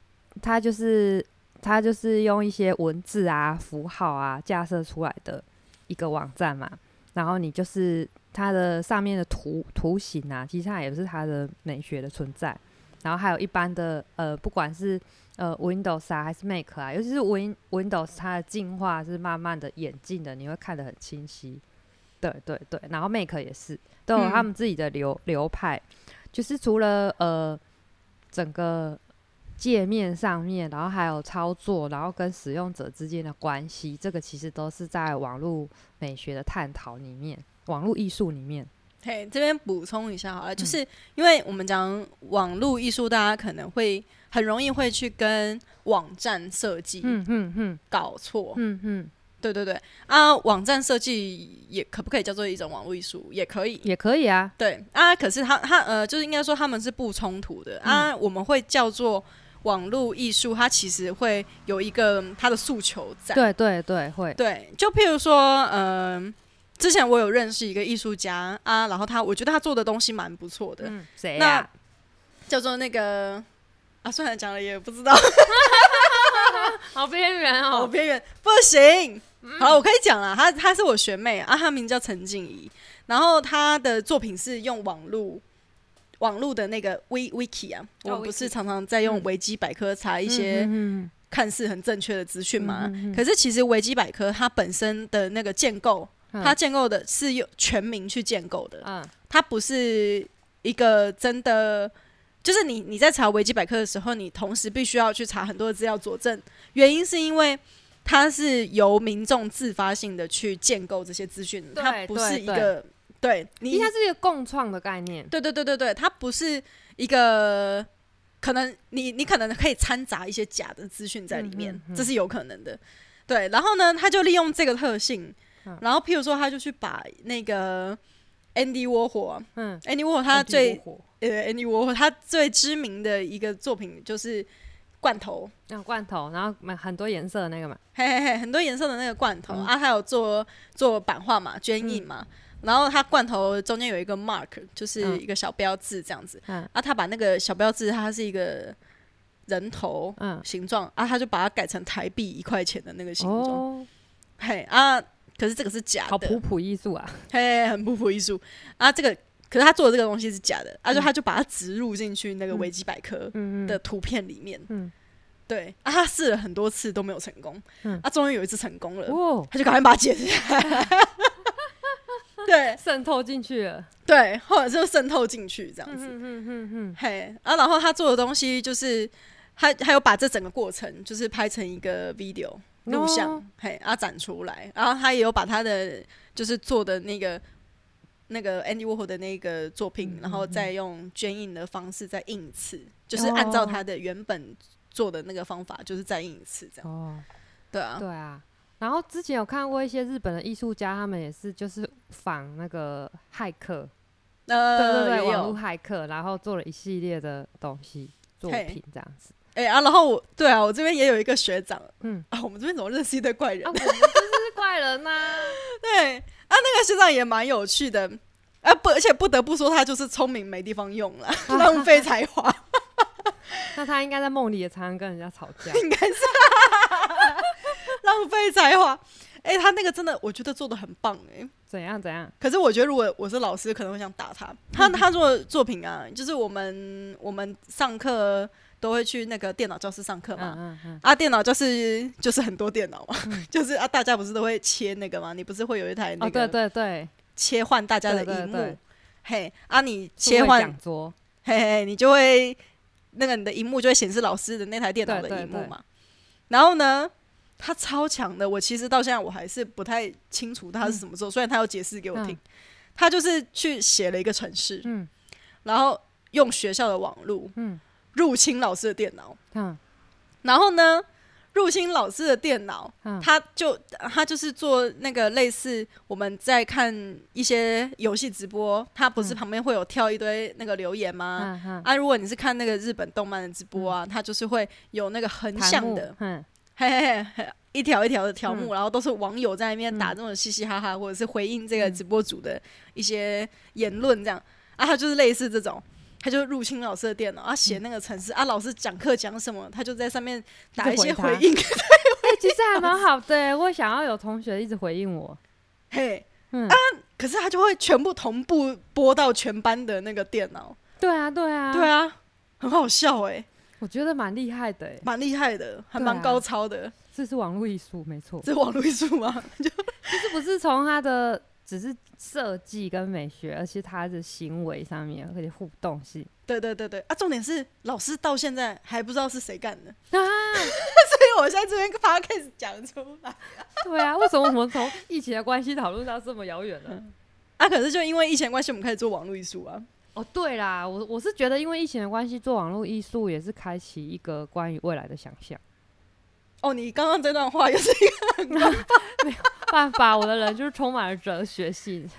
它就是它就是用一些文字啊、符号啊架设出来的一个网站嘛。然后你就是它的上面的图图形啊，其实它也是它的美学的存在。然后还有一般的呃，不管是呃 Windows 啊还是 Mac 啊，尤其是 Win Windows 它的进化是慢慢的演进的，你会看得很清晰。对对对，然后 Mac 也是都有他
嗯
们自己的流、流派，就是除了呃整个界面上面，然后还有操作，然后跟使用者之间的关系，这个其实都是在网络美学的探讨里面，网络艺术里面。
嘿，这边补充一下好了，就是、因为我们讲网络艺术，大家可能会很容易会去跟网站设计
嗯嗯嗯
搞错。
嗯嗯，
对对对啊，网站设计也可不可以叫做一种网络艺术？也可以。
也可以啊。
对啊，可是它它呃，就是应该说他们是不冲突的
嗯
啊。我们会叫做网络艺术，它其实会有一个它的诉求在。
对对对，会。
对，就譬如说，嗯、之前我有认识一个艺术家啊，然后他我觉得他做的东西蛮不错的，
嗯，谁
那
呀、
叫做那个啊，算了，讲了也不知道，
好边缘哦
好。边缘，不行。好了，我可以讲了，她她是我学妹啊，她名叫陈静怡，然后她的作品是用网络。网络的那个 Wi Wiki 啊，我
哦
们不是
Wiki
常常在用
嗯
维基百科查一些
嗯
看似很正确的资讯嘛？
嗯嗯嗯
可是其实维基百科它本身的那个建构，
嗯
它建构的是用全民去建构的，
嗯
它不是一个真的，就是你你在查维基百科的时候，你同时必须要去查很多的资料佐证，原因是因为它是由民众自发性的去建构这些资讯，
对
它不是一
对
个对你
其实它是一个共创的概念。
对对对对对，它不是一个可能你你可能可以掺杂一些假的资讯在里面，
嗯嗯嗯
这是有可能的。对，然后呢，他就利用这个特性
嗯，
然后譬如说，他就去把那个 Andy Warhol
嗯，
Andy Warhol 他最
火，
呃 Andy Warhol 他最知名的一个作品就是罐头，
那罐头，然后买很多颜色的那个嘛。
嘿嘿嘿，很多颜色的那个罐头、
嗯
啊，他有做做版画嘛，捐印嘛，然后他罐头中间有一个 mark，就是
嗯
一个小标志这样子，
嗯
啊，他把那个小标志，它是一个人头
嗯，
形状啊，他就把它改成台币一块钱的那个形状，
哦，
嘿啊，可是这个是假
好
的，
普普艺术啊。
嘿，很不符艺术啊，这个可是他做的这个东西是假的，啊，就他就把它植入进去那个维基百科
嗯嗯嗯
的图片里面，
嗯
对啊，他试了很多次都没有成功，
嗯
啊，终于有一次成功了，
哦，
他就赶快把它解下 来。对
渗透进去了，
对，后来就渗透进去这样
嗯
子。
哼哼哼哼，
嘿，啊，然后他做的东西就是，他还有把这整个过程就是拍成一个 video 录像，
哦
嘿，啊展出来，然后他也有把他的就是做的那个那个 Andy Warhol 的那个作
嗯
品，然后再用捐印的方式再印一次，就是按照他的原本做的那个方法，就是再印一次这样，
哦，
对啊，
对啊。然后之前有看过一些日本的艺术家，他们也是就是仿那个骇客，对
呃，
对对，
也
网
有
络，骇客，然后做了一系列的东西作
嘿
品这样子。
哎、啊，然后我对啊，我这边也有一个学长，嗯
嗯
啊，我们这边怎么认识一堆怪人
啊，我？们就是怪人呐、
对啊，那个学长也蛮有趣的，啊不，而且不得不说他就是聪明没地方用了，浪费才华，
那他应该在梦里也常常跟人家吵 架。
应该是浪费才华。哎、他那个真的，我觉得做的很棒哎、
怎样怎样？
可是我觉得，如果我是老师，可能会想打他。
嗯
他他做的作品啊，就是我们我们上课都会去那个电脑教室上课
嗯
嘛，
嗯嗯，
啊，电脑就是就是很多电脑嘛， 就是啊，大家不是都会切那个嘛？你不是会有一台那
哦对
个
对对，
切换大家的
对对
荧幕？
对
嘿，啊，你
数
切
位
换，
讲桌，
嘿嘿，你就会那个你的荧幕就会显示老师的那台电脑的
对对
荧幕
对
嘛。然后呢，他超强的，我其实到现在我还是不太清楚他是怎么做，虽然他有解释给我听
嗯，
他就是去写了一个程式，
嗯
然后用学校的网络
嗯
入侵老师的电脑，
嗯
然后呢，入侵老师的电脑。
嗯，
他就他就是做那个类似我们在看一些游戏直播，他不是
嗯
旁边会有跳一堆那个留言吗？
嗯嗯
啊，如果你是看那个日本动漫的直播啊，他就是会有那个横
弹
向
幕
的，，
嗯
嘿嘿嘿嘿，一条一条的条目，然后都是网友在那边打那种嘻嘻哈哈，或者是回应这
嗯
个直播主的一些言论这样。啊，他就是类似这种，他就入侵老师的电脑，啊，写那个程式，啊，老师讲课讲什么，他就在上面打一
就
些
嗯回他
回应，
哎、其实还蛮好的、欸我想要有同学一直回应我，
嘿。
嗯，
啊可是他就会全部同步播到全班的那个电脑。
对啊对啊，
对，啊，很好笑哎、
我觉得蛮厉害的、哎，
蛮厉害的，还
对啊
蛮高超的。
这是网络艺术，没错，
这网络艺术吗？
这不是从他的只是设计跟美学，而是他的行为上面，而且互动性
对对对对啊！重点是老师到现在还不知道是谁干的，
啊，
所以我现在这边 podcast 讲出来
对啊，为什么我们从疫情的关系讨论到这么遥远呢？
啊。可是就因为疫情的关系，我们开始做网络艺术啊。
哦，对啦，我我是觉得，因为疫情的关系，做网络艺术也是开启一个关于未来的想象。
哦，你刚刚这段话又是 一个
办法，我的人就是充满了哲 学性。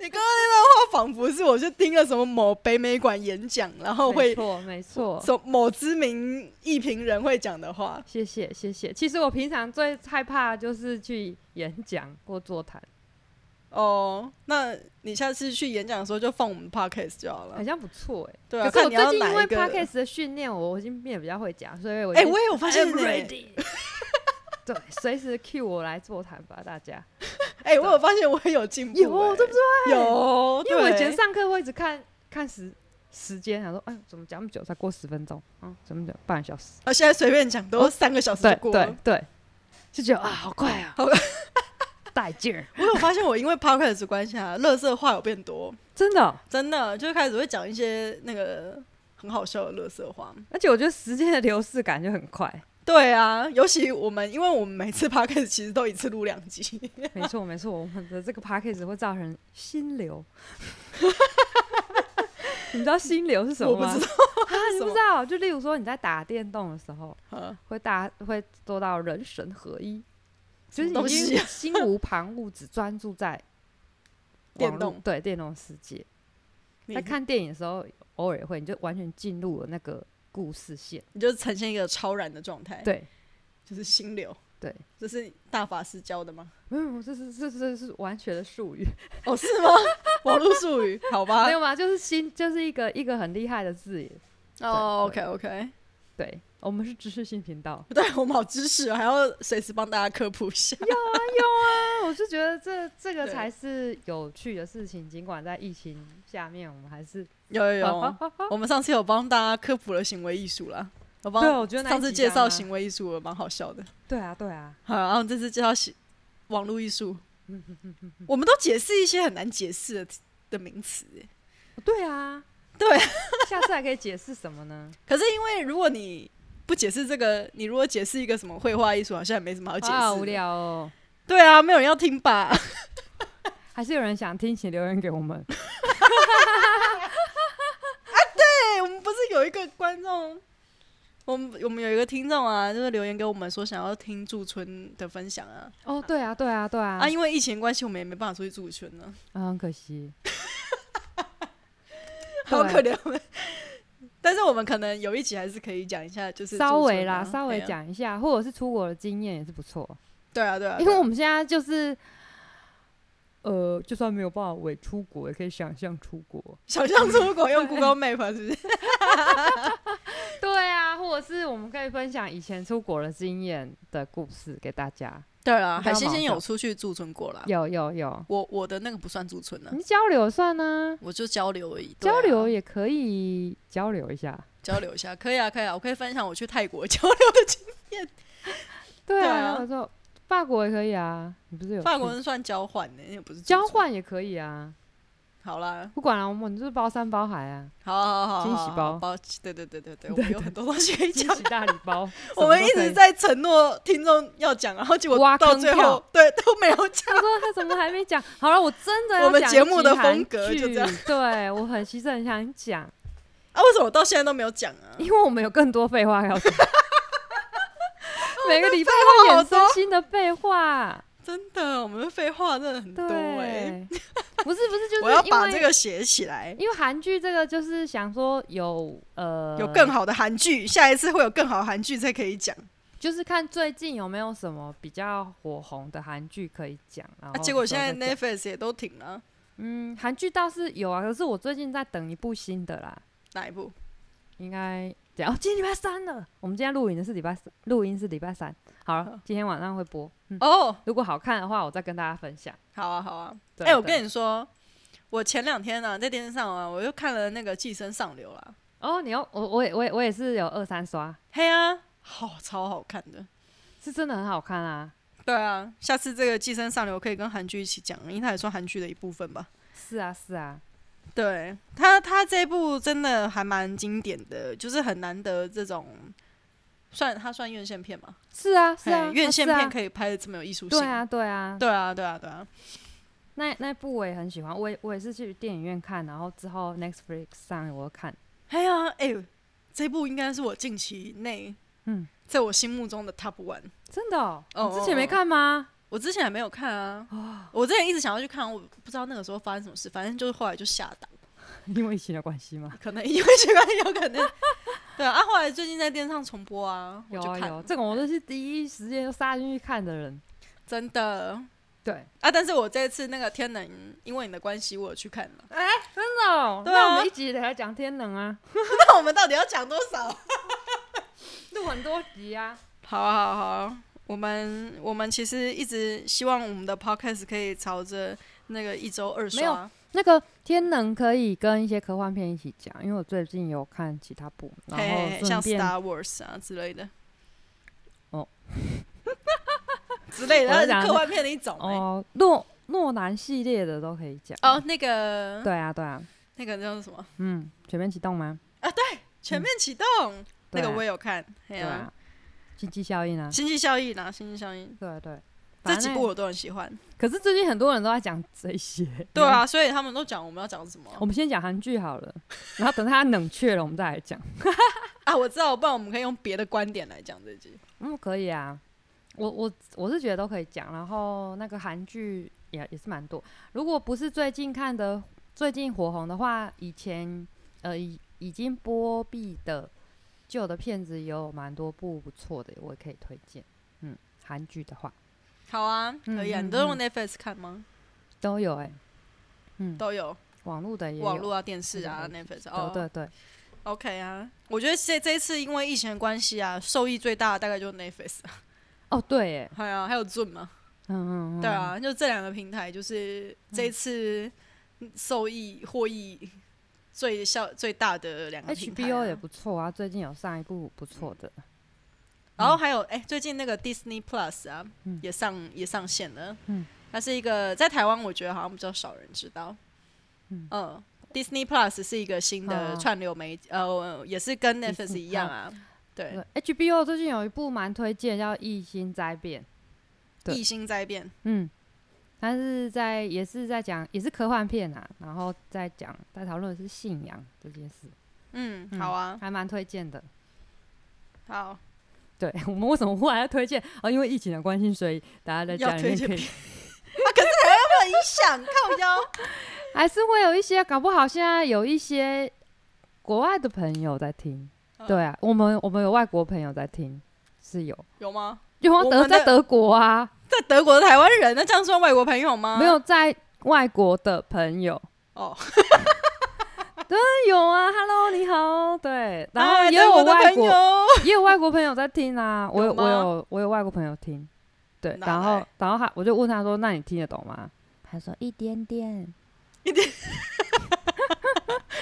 你刚刚那段话仿佛是我去听了什么某北美馆演讲，然后
没
会
错，没错。
什某知名艺评人会讲的话。
谢谢，谢谢。其实我平常最害怕就是去演讲或座谈，
哦，那你下次去演讲的时候就放我们 podcast 就好
好
了。
像不错哎、
对啊，
可是
看
我
你要
最近因
哪
为
一个。
podcast 的训练，我我已经变得比较会讲，所以我
哎、
就
我也有发现、
I'm
欸，
ready。对，随时 cue 我来座谈吧，大家。
哎、我有发现我有进步、欸，
有对不
对？有，
因为我
哦
以
对
前上课会一直看看时时间，想说，哎，怎么讲那么久？才过十分钟，嗯，怎么讲半个小时？
啊，现在随便讲都三个小时就
哦对
过了。
对对，就觉得啊，好快啊，
好
带劲儿，
我有发现我因为 podcast 的关系啊，乐色话有变多，
真的哦、
真的就开始会讲一些那个很好笑的乐色话。
而且我觉得时间的流逝感就很 快。
对啊，尤其我们，因为我们每次 podcast 其实都一次录两集，
没错没错，我们的这个 p a c k a g e 会造成心 流。你知道心流是什么
我不
吗？
知道
啊，你
什
不
么
知道？就例如说你在打电动的时候，
啊
会打会做到人神合一，
什
就
么
是你
东西
已经
啊
心无旁骛，只专注在
电
网络
动
对电动世界。
你
在看电影的时候，偶尔也会，你就完全进入了那个故事线。
你就呈现一个超然的状态，
对，
就是心流。
对，
这是大法师教的 吗？
没有，这是这是这是完全的术语，
哦，是吗？ 网络术语，好
啊
吧
没。有吗？就是心，就是一个一个很厉害的字眼。
哦，OK
对
OK，
对，我们是知识性频道。
对我们好知识哦，还要随时帮大家科普一下。
啊我是觉得这这个
对
才是有趣的事情，尽管在疫情下面，我们还是
有有
哦
有， 我们上次有帮大家科普了行为艺术啦，我帮
对我觉得那一
上次
集
介
讲
绍
啊
行为艺术我蛮好笑的，
对啊，对啊，
好，然后这次介绍行网络艺 术，我们都解释一些很难解释的的名词耶，
对啊，
对
啊， 下次还可以解释什么 呢？
可是因为如果你不解释这个，你如果解释一个什么绘画艺术，好像也没什么好解释、
好无。聊哦，
对啊，没有人要听 吧？
还是有人想听，请留言给我们。
对，我们不是有一个观众，我们我们有一个听众啊，就是留言给我们说想要听驻村的分享啊
哦，对啊，对啊，对啊，
啊，因为疫情关系，我们也没办法出去驻村呢，
啊，很可惜。
好
对
可怜我们。但是我们可能有一集还是可以讲一下，就是
稍
驻
微
村
啦，
啊
稍微。
哎呀
讲一下，或者是出国的经验也是不错，
对啊，对啊，
因为
对啊
我们现在就是，呃，就算没有办法伪出国，也可以想象出国。
想象出国 用 Google Map 啊是不是？
对啊，或者是我们可以分享以前出国的经验的故事给大家。
对啊啦，
你
海
刚
星
刚
星
忙
有出去驻村过啦。
有有有，
我我的那个不算驻村呢、
你交流算呢、
我就交流而已，对啊
交流也可以交流一下。
交流一下，可以啊，可以啊，我可以分享我去泰国 交流的经
对
对
啊，
啊
然后我说法国也可以啊，你不是有
历。法
去
国人算交换呢、那也不是驻村
交。换也可以啊，
好啦，
不管了、我们就是包山包海 啊，
好好好好，
惊喜
好
包
包，对对对对对，我们有很多东西可以
惊
讲。，
喜大礼包
我们
什么
一
都可以
直在承诺听众要讲，然后结果
挖
到
坑
最后
跳
对都没有讲。
他说他怎么还 没讲？好了，我真的要
我们
讲
节
一
目
集
的
韩
风格就
剧
这样。
对我很其实很想讲，
啊，为什么我到现在都没有讲啊？
因为我们有更多废话 要讲。每个礼拜
废
会
话好
衍
多
生新的废话，
真的，我们的废话真的很多哎、
对，不是不是，就是
我要
因
把
为
这个写起来，
因为韩剧这个就是想说有呃
有更好的韩剧，下一次会有更好的韩剧才可以讲。
哦就是看最近有没有什么比较火红的韩剧可以讲。然
啊，
后
结果现在
那
Netflix 也都停了，
嗯，韩剧倒是有啊，可是我最近在等一部新的啦，
哪一部？
应该等一下哦，今天礼拜三了，我们今天录影的是礼拜三，录音是礼拜三，好
好
了，今天晚上会播。嗯，
哦，
如果好看的话，我再跟大家分享。
好啊，好啊。
对
哎、我
对
跟你说，我前两天呢、在电视上啊，我又看了那个《寄生上流》啦。
哦，你要我我也我也我也是有二三刷，
嘿啊，好、超好看的。
是真的很好看啊。
对啊，下次这个《寄生上流》可以跟韩剧一起讲，因为它也算韩剧的一部分吧。
是啊是啊，
对他，他这部真的还蛮经典的，就是很难得这种，算它算院线片嘛？
是啊是啊，
嘿院线片
以。
可以拍的这么有艺术性。
对啊，对啊，
对啊，对啊，对啊。
那那部我也很喜欢，我也我也是去电影院看，然后之后 Netflix 上我看，
哎呀，哎、这部应该是我近期内，
嗯，
在我心目中的 top one。
真的、哦，
哦
你之前没看吗？
我之前还没有看啊，
哦
我之前一直想要去看，我不知道那个时候发生什么事，反正就是后来就下档，
因为疫情的关系吗？
可能因为这个有可能，对啊，啊后来最近在电视上重播啊，我
有
就
啊
看
有，这个我都是第一时间就杀进去看的人。
真的
对，
啊，但是我这次那个天能，因为你的关系，我有去看了，
真的、哦。
对啊
那我们一集来讲天能啊，
那我们到底要讲多少？
录很多集啊。
好啊好啊好啊，我们我们其实一直希望我们的 podcast 可以朝着那个一周二
没有
刷。
那个天能可以跟一些科幻片一起讲，因为我最近有看其他部，然
嘿
后
嘿像
顺便
Star Wars 啊之类的。
哦，
之类的，
我
它
在
是
想
科幻片的一种、欸。
哦诺诺兰系列的都可以讲。
哦，那个，
对啊对啊，
那个叫做什么？
嗯，全面启动吗？
全面启动，那
对
个
啊
我也有看。对
对啊，经济效应啊，
星际效应啊，星际效应，
对对。
这
反
几
正
部我都很喜欢。
可是最近很多人都在讲这些。
对，啊，所以他们都讲我们要讲什么
我们先讲韩剧好了，然后等它冷却了，我们再来讲。
啊？我知道，不然我们可以用别的观点来讲这集。
嗯，可以啊。我我我是觉得都可以讲，然后那个韩剧也也是蛮多。如果不是最近看的，最近火红的话，以前呃已已经播毕的旧的片子也有蛮多部不错的，我也可以推荐。嗯，韩剧的话
好啊，可以啊。
嗯嗯
你都用 Netflix 看吗？
都有哎、嗯，
都有，
网络的也有，
网络啊、电视啊、
对
Netflix
对
哦。
对对，
OK 啊，我觉得这这一次因为疫情的关系啊，受益最大的大概就是 Netflix，
哦，对耶，
还有还有 Zoom 嘛，
嗯嗯，嗯
对，啊，就这两个平台，就是这一次
嗯
受益获益最效最大的两个平台啊、
HBO 也不错啊，最近有上一部不错的，
然后还有哎、最近那个 Disney Plus 啊，也上也上线了。
嗯，
它是一个在台湾我觉得好像比较少人知道。
嗯
嗯 Disney Plus 是一个新的
哦
串流媒，呃，也是跟 Netflix 一样啊。对，
对 HBO 最近有一部蛮推荐，叫《异星灾变》，对
异星灾变，
嗯，它是在也是在讲也是科幻片啊，然后在讲在讨论的是信仰这件事，
嗯，
嗯
好啊，
还蛮推荐的。
好，
对 我们为什么忽然要推荐？哦，因为疫情的关系，所以大家在
要
家里
推
面
荐
可以，
影响靠腰，
还是会有一些，搞不好现在有一些国外的朋友在听。
嗯
对啊，我们我们有外国朋友在听，是有，
有吗？
有啊
我
德
们
在
的
德国啊，
在德国的台湾人，那这样算外国朋友吗？
没有在外国的朋友。
啊 哦，
有啊，Hello，你好，对，然后
哎
也有
德的
外
朋
国，
友，
也有外国朋友在 听啊，我有
有吗
我有我有外国朋友听，对，
哪
然后
来
然后他我就问他说，那你听得懂吗？他说一点点，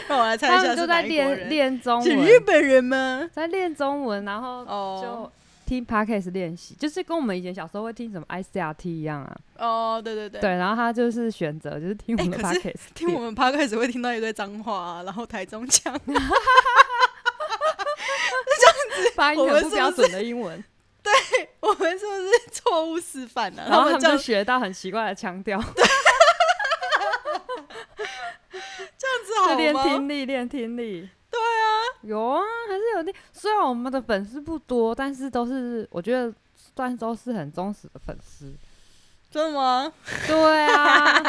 让我来猜一
他
下
们就是
哪
在
一国
练
人？
练中
是日
文，
本人吗？
在练中文，然后
哦
就听 podcast 练习，就是跟我们以前小时候会听什么 ICRT 一样啊，
哦，对对对，
对，然后他就是选择就是听我们的
哎可是
podcast，
听我们 p 开始会听到一堆脏话、啊，然后台中腔，
发音
我
很
们
不
是
标
不
准的 英文，
我们是不是错误示范呢、啊？
然后他
们
们
这
就
样
学到很奇怪的 腔调，
子
就
好
练
吗？
听力，练听力。对啊，有啊，还是有练。虽然我们的粉丝不多，但是都是我觉得算都是很忠实的粉 丝。
真的吗？
对啊，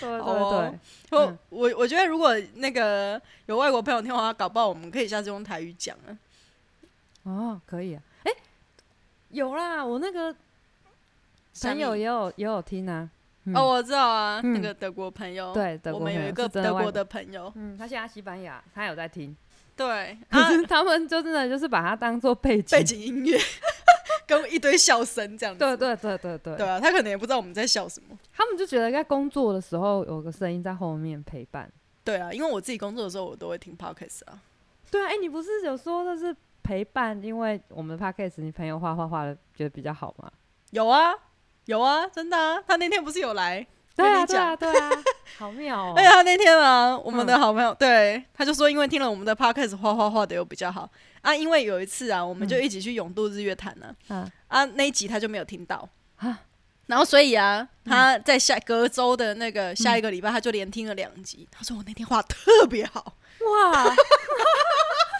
对
好
对
哦
对，
我、
嗯
我我觉得如果那个有外国朋友听的话，搞不好我们可以下次用台语讲啊。
哦，可以啊。哎、有啦，我那个朋友
下面、
也有也有听啊。嗯
哦，，我知道啊，
嗯
那个德国朋友，
对，德
我
国
们
朋
有一
友
个
是真
德
外
国的朋友，
嗯，他现在在西班牙，他有在听，
对
可
啊，
是他们就真的就是把它当做背景。
背景音乐 跟一堆笑声这样子。
对对对对对，
对啊，他可能也不知道我们在笑什么。
他们就觉得在工作的时候有个声音在后面陪伴。
对啊，因为我自己工作的时候，我都会听 podcast 啊。
对啊，哎、你不是有说的是陪伴？因为我们的 podcast 你朋友画画画的觉得比较好吗？
有啊，有啊，真的啊，他那天不是有来？
对
跟
啊，
你
对
讲
啊，对啊，好 妙哦、嗯
哎呀，那天啊，我们的好朋友、对他就说，因为听了我们的 podcast 画画画的又比较好啊，因为有一次啊，我们就一起去永渡日月潭呢、啊，
嗯
那一集他就没有听到
啊
然后所以啊，他在下隔周的那个下一个礼拜，他就连听了两集，他说我那天画得特别好，
哇，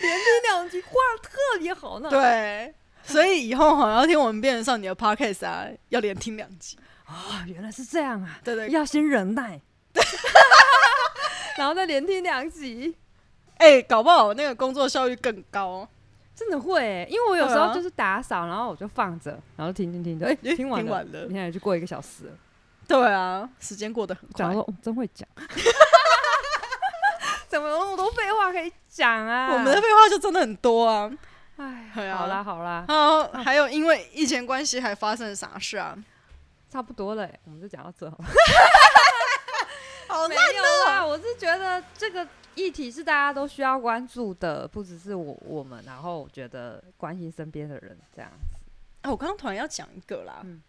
连听两集画得特别好呢。
对。所以以后好像要听我们《变人少女》的 podcast 啊，要连听两集。
啊，原来是这样啊，
对对
要先忍 耐，然后再连听两集。
哎、搞不好那个工作效率更高。
真的会欸、因为我有时
对
候
啊
就是打扫，然后我就放着，然后听听听，就哎、
诶
听完
听
了，
完了
你看也就过一个小时了，
对啊，时间过得很快
讲。说、哦、真会讲，怎么有那么多废话可以讲啊？
我们的废话就真的很多啊。对
哎，
啊
好啦好啦，
然后还有因为疫情关系还发生了啥事啊？
差不多了欸，我们就讲到这好了。
好
没有啦，我是觉得这个议题是大家都需要关注的，不只是我我们，然后我觉得关心身边的人这样子。
啊！我刚刚突然要讲一个啦，
嗯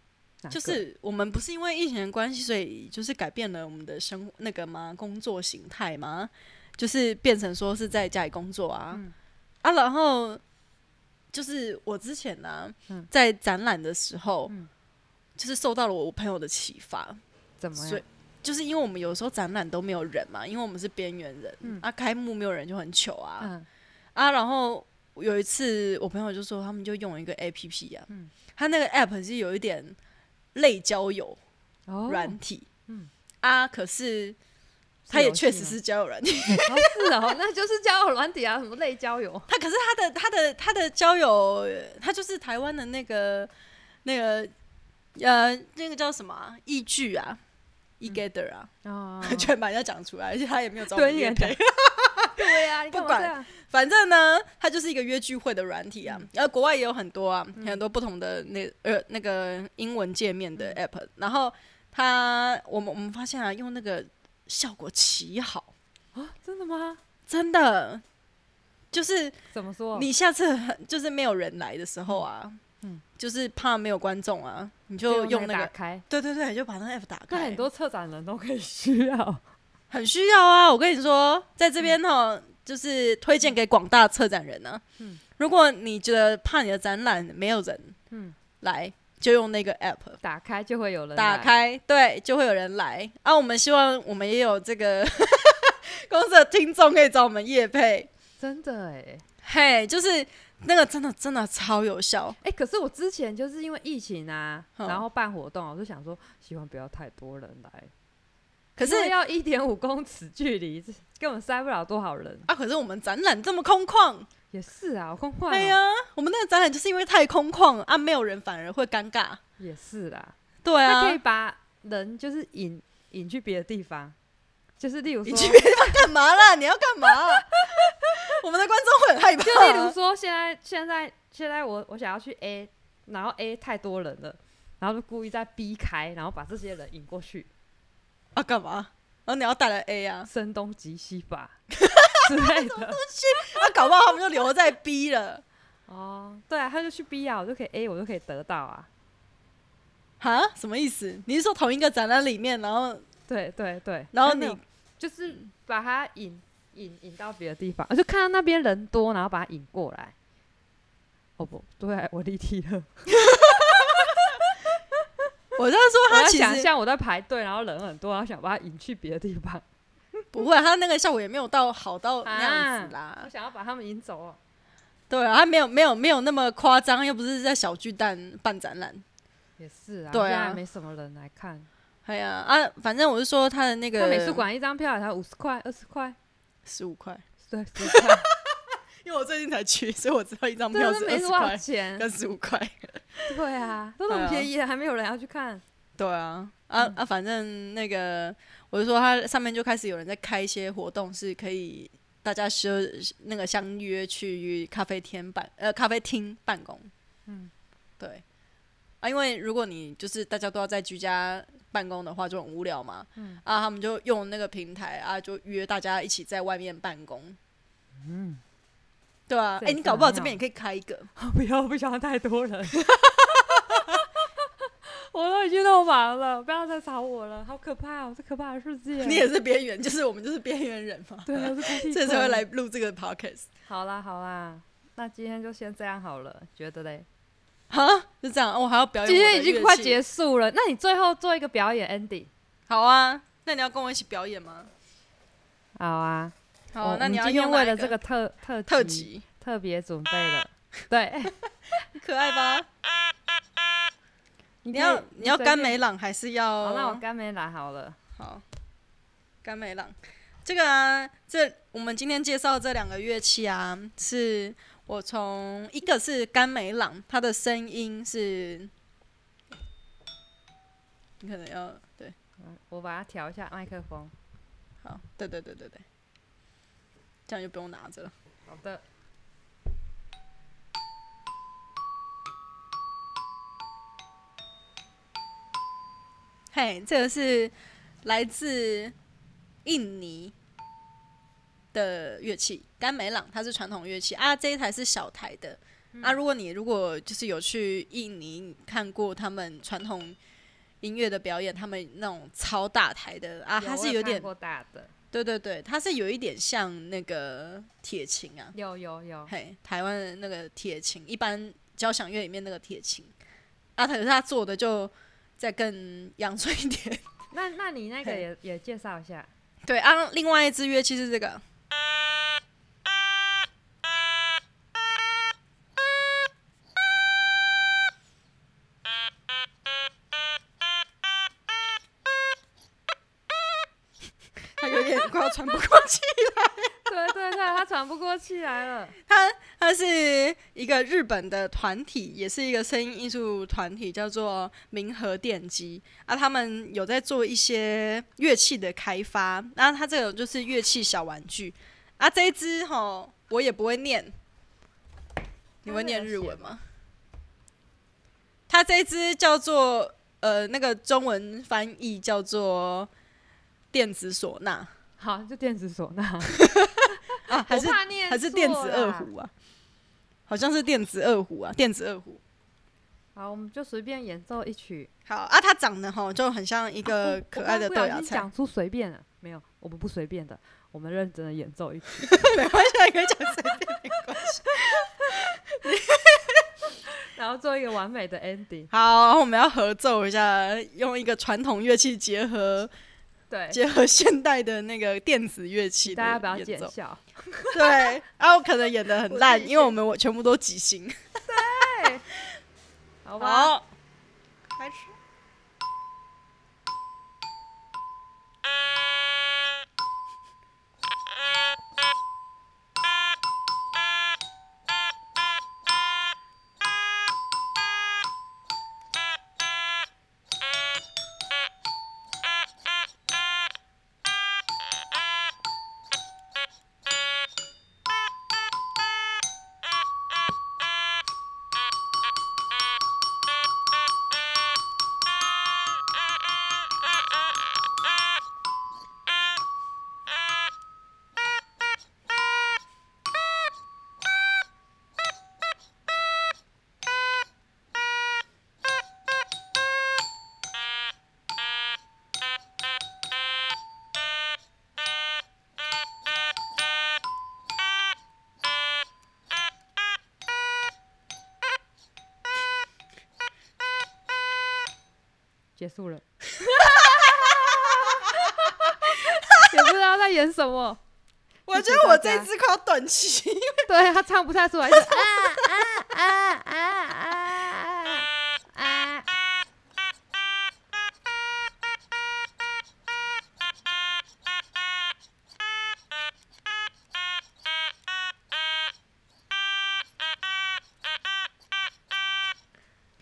哪
就
个
是我们不是因为疫情的关系，所以就是改变了我们的生那个吗？工作形态吗？就是变成说是在家里工作啊、
嗯
啊，然后就是我之前呢、
嗯
在展览的时候，
嗯
就是受到了我朋友的启发，
怎么
所
样
以？就是因为我们有时候展览都没有人嘛，因为我们是边缘人、
嗯
啊，开幕没有人就很糗啊，
嗯
啊，然后有一次我朋友就说，他们就用一个 A P P 啊，
嗯
他那个 App 是有一点类交友
哦，
软体，
嗯
啊，可是
是
它也
游戏
确实
吗
是 交友软体，
哦是哦，那就是交友软体啊，什么类交友。
它可是它的它的它的交友，它就是台湾的那个那个呃那个叫什么啊易聚啊，egather 啊，
哦，
居然把人家讲出来，而且他也没有找我
对
们
你
业
也讲
配，
对啊呀、你
不
干嘛
管
这样
反正呢，它就是一个约聚会的软体啊，呃，国外也有很多啊，很多不同的那呃那个英文界面的 app，、然后它我们我们发现啊，用那个效果奇好，
啊真的吗？
真的。就是
怎么说？
你下次很就是没有人来的时候啊，
嗯
就是怕没有观众啊，你
就
就用那
打
个，
开，
对对对，你就把那个 app 打
那
开，
很多策展人都可以需要。
很需要啊！我跟你说，在这边哈、就是推荐给广大策展人呢、
嗯
如果你觉得怕你的展览没有人，
嗯
来就用那个 app
打开就会有 人
打
来，
开，对，就会有人来啊。我们希望我们也有这个 公司的听众可以找我们叶配，
真的哎
嘿，就是那个真的真的超有效，
哎、可是我之前就是因为疫情啊，
嗯
然后办活动，我就想说希望不要太多人来，
可是
因为要一点五公尺距离，这根本塞不了多少人。
啊，可是我们展览这么空旷，
也是啊，我空旷、
对呀、我们那个展览就是因为太空旷啊，没有人反而会尴尬，
也是啦，
对
那
啊，
可以把人就是引引去别的地方，就是例如说，
你去
就
别地方干嘛啦？你要干 嘛？我们的观众会很害怕。
例如说现在现在现在我我想要去 A，然后 A 太多人了，然后就故意在 B 开，然后把这些人引过去，
啊，干嘛？然后你要带来 A 啊，
声东击西吧之类的。
那、啊搞不好他们就留在 B 了
哦，对啊，他就去 B 啊，我就可以 A，我就可以得到啊。
哈，什么意思？你是说同一个展览里面，然后
对对对，
然后
他没有
你
就是把他引引引到别的地方，就看到那边人多，然后把他引过来。哦不，对我离题了。
我就说
我
他
要
其
想
实
象我在排队，然后人很多，然后想把他引去别的地方，
不会，他那个效果也没有到好到那样子啦。
我想要把他们引走、哦。
对啊，他没有没有没有那么夸张，又不是在小巨蛋办展览。
也是啊，
对啊
现在没什么人来看。
哎呀啊，反正我是说他的那
那
个
美术馆一张票才五十块、二十块，
十五块，
对，十块，
因为我最近才去，所以我知道一张
对啊
票，
那
是
没
二十
多少
块
钱。
跟十五块。
对啊，都那么便宜了，还没有人要去看。
对啊，啊、
嗯
啊，反正那个，我就说它上面就开始有人在开一些活动，是可以大家休那个相约去咖啡厅办呃咖啡厅办公。
嗯，
对啊，因为如果你就是大家都要在居家办公的话，就很无聊嘛。
嗯
啊，他们就用那个平台啊，就约大家一起在外面办公。嗯，对啊，
这
哎、
也
你
是
搞不好
蛮
这边
好
也可以开一个。
不要，不想要太多人。 我都已经那么忙了，不要再吵我了，好可怕哦！这可怕的世界。
你也是边缘，就是我们就是边缘人嘛。
对，我是孤僻
这
鬼
才会来。录这个 podcast。
好啦好啦，那今天就先这样好了，觉得嘞？
哈，就这样，哦我还要表演。
今天已经快，结束了，那你最后做一个表演 ending。
好啊，那你要跟我一起表演吗？
好啊，
好
我
啊，那你
我
要
们今天
用哪
为
一
了这 个特特
特
辑
辑，
特别准备了， 对，
可爱吧？
啊你
你
可以
要你要哦
随
甘
便。
美朗还是要？
好，那我甘美来好了。
好甘美朗，这个啊，这我们今天介绍这两个乐器啊，是我从一个是甘美朗，它的声音是，你可能要对。
我把它调一下麦克风。
好，对对对对对，这样就不用拿着了。
好的。
嘿，这个是来自印尼的乐器甘美朗，它是传统乐器啊。这一台是小台的、
嗯
啊。如果你如果就是有去印尼看过他们传统音乐的表演，他们那种超大台的啊，它
我
是有
看
点
过大的，
对对对，它是有一点像那个铁琴啊，
有有有，
嘿，台湾的那个铁琴，一般交响乐里面那个铁琴啊，可是他做的就再更阳春一点。
那那你那个
嘿
也也介绍一下，
对啊，另外一支乐器是这个，它有点快要喘不过气。
对对对，他喘不过气来了，
它它是一个日本的团体，也是一个声音艺术团体，叫做明和电机啊。他们有在做一些乐器的开发，那、它这种就是乐器小玩具啊，这一支吼我也不会念，你会念日文吗？它这一支叫做呃，那个中文翻译叫做电子唢呐
好，就电子唢呐，
啊，还是
我怕念
还是电子
错啦
二。胡啊？好像是电子二胡啊，电子二胡。
好，我们就随便演奏一曲。
好啊，它长得吼就很像一个呃可爱的
哦我
豆
刚
芽
刚不小心
菜，
讲出随便了，没有，我们不随便的，我们认真的演奏一曲。
没关系，可以 讲随便。
然后做一个完美的 ending。
好，我们要合奏一下，用一个传统乐器结合
对，
结合现代的那个电子乐器的
大家不要
演
见
奏。
笑。
对，然后可能演的很
我自
烂，
己
因为我们我全部都即兴。
好吧，
好，开始。
结束了。 也不知道在演什么，
我觉得我这支快要断气，
对他唱不太出来，就 啊啊啊啊啊啊！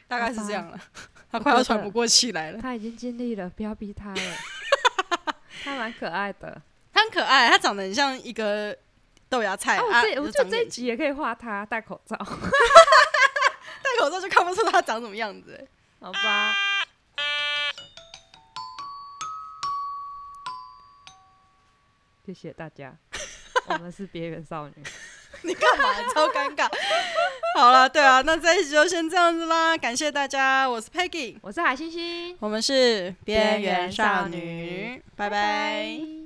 大概是这样了。他快要喘不过气来了，
他已经尽力了，不要逼他 了。他蛮可爱的，
他很可爱，他长得很像一个豆芽菜
啊，我
啊。
这我
就
觉
长
得这一
眼睛
集也可以画他戴口罩，
戴口罩就看不出他长什么样子、欸
好吧？谢谢大家，我们是边缘少女，
你干嘛？超尴尬。好了，对啊，那这一集就先这样子啦，感谢大家，我是 Peggy，
我是海星星，
我们是
边缘少女，
拜拜。
拜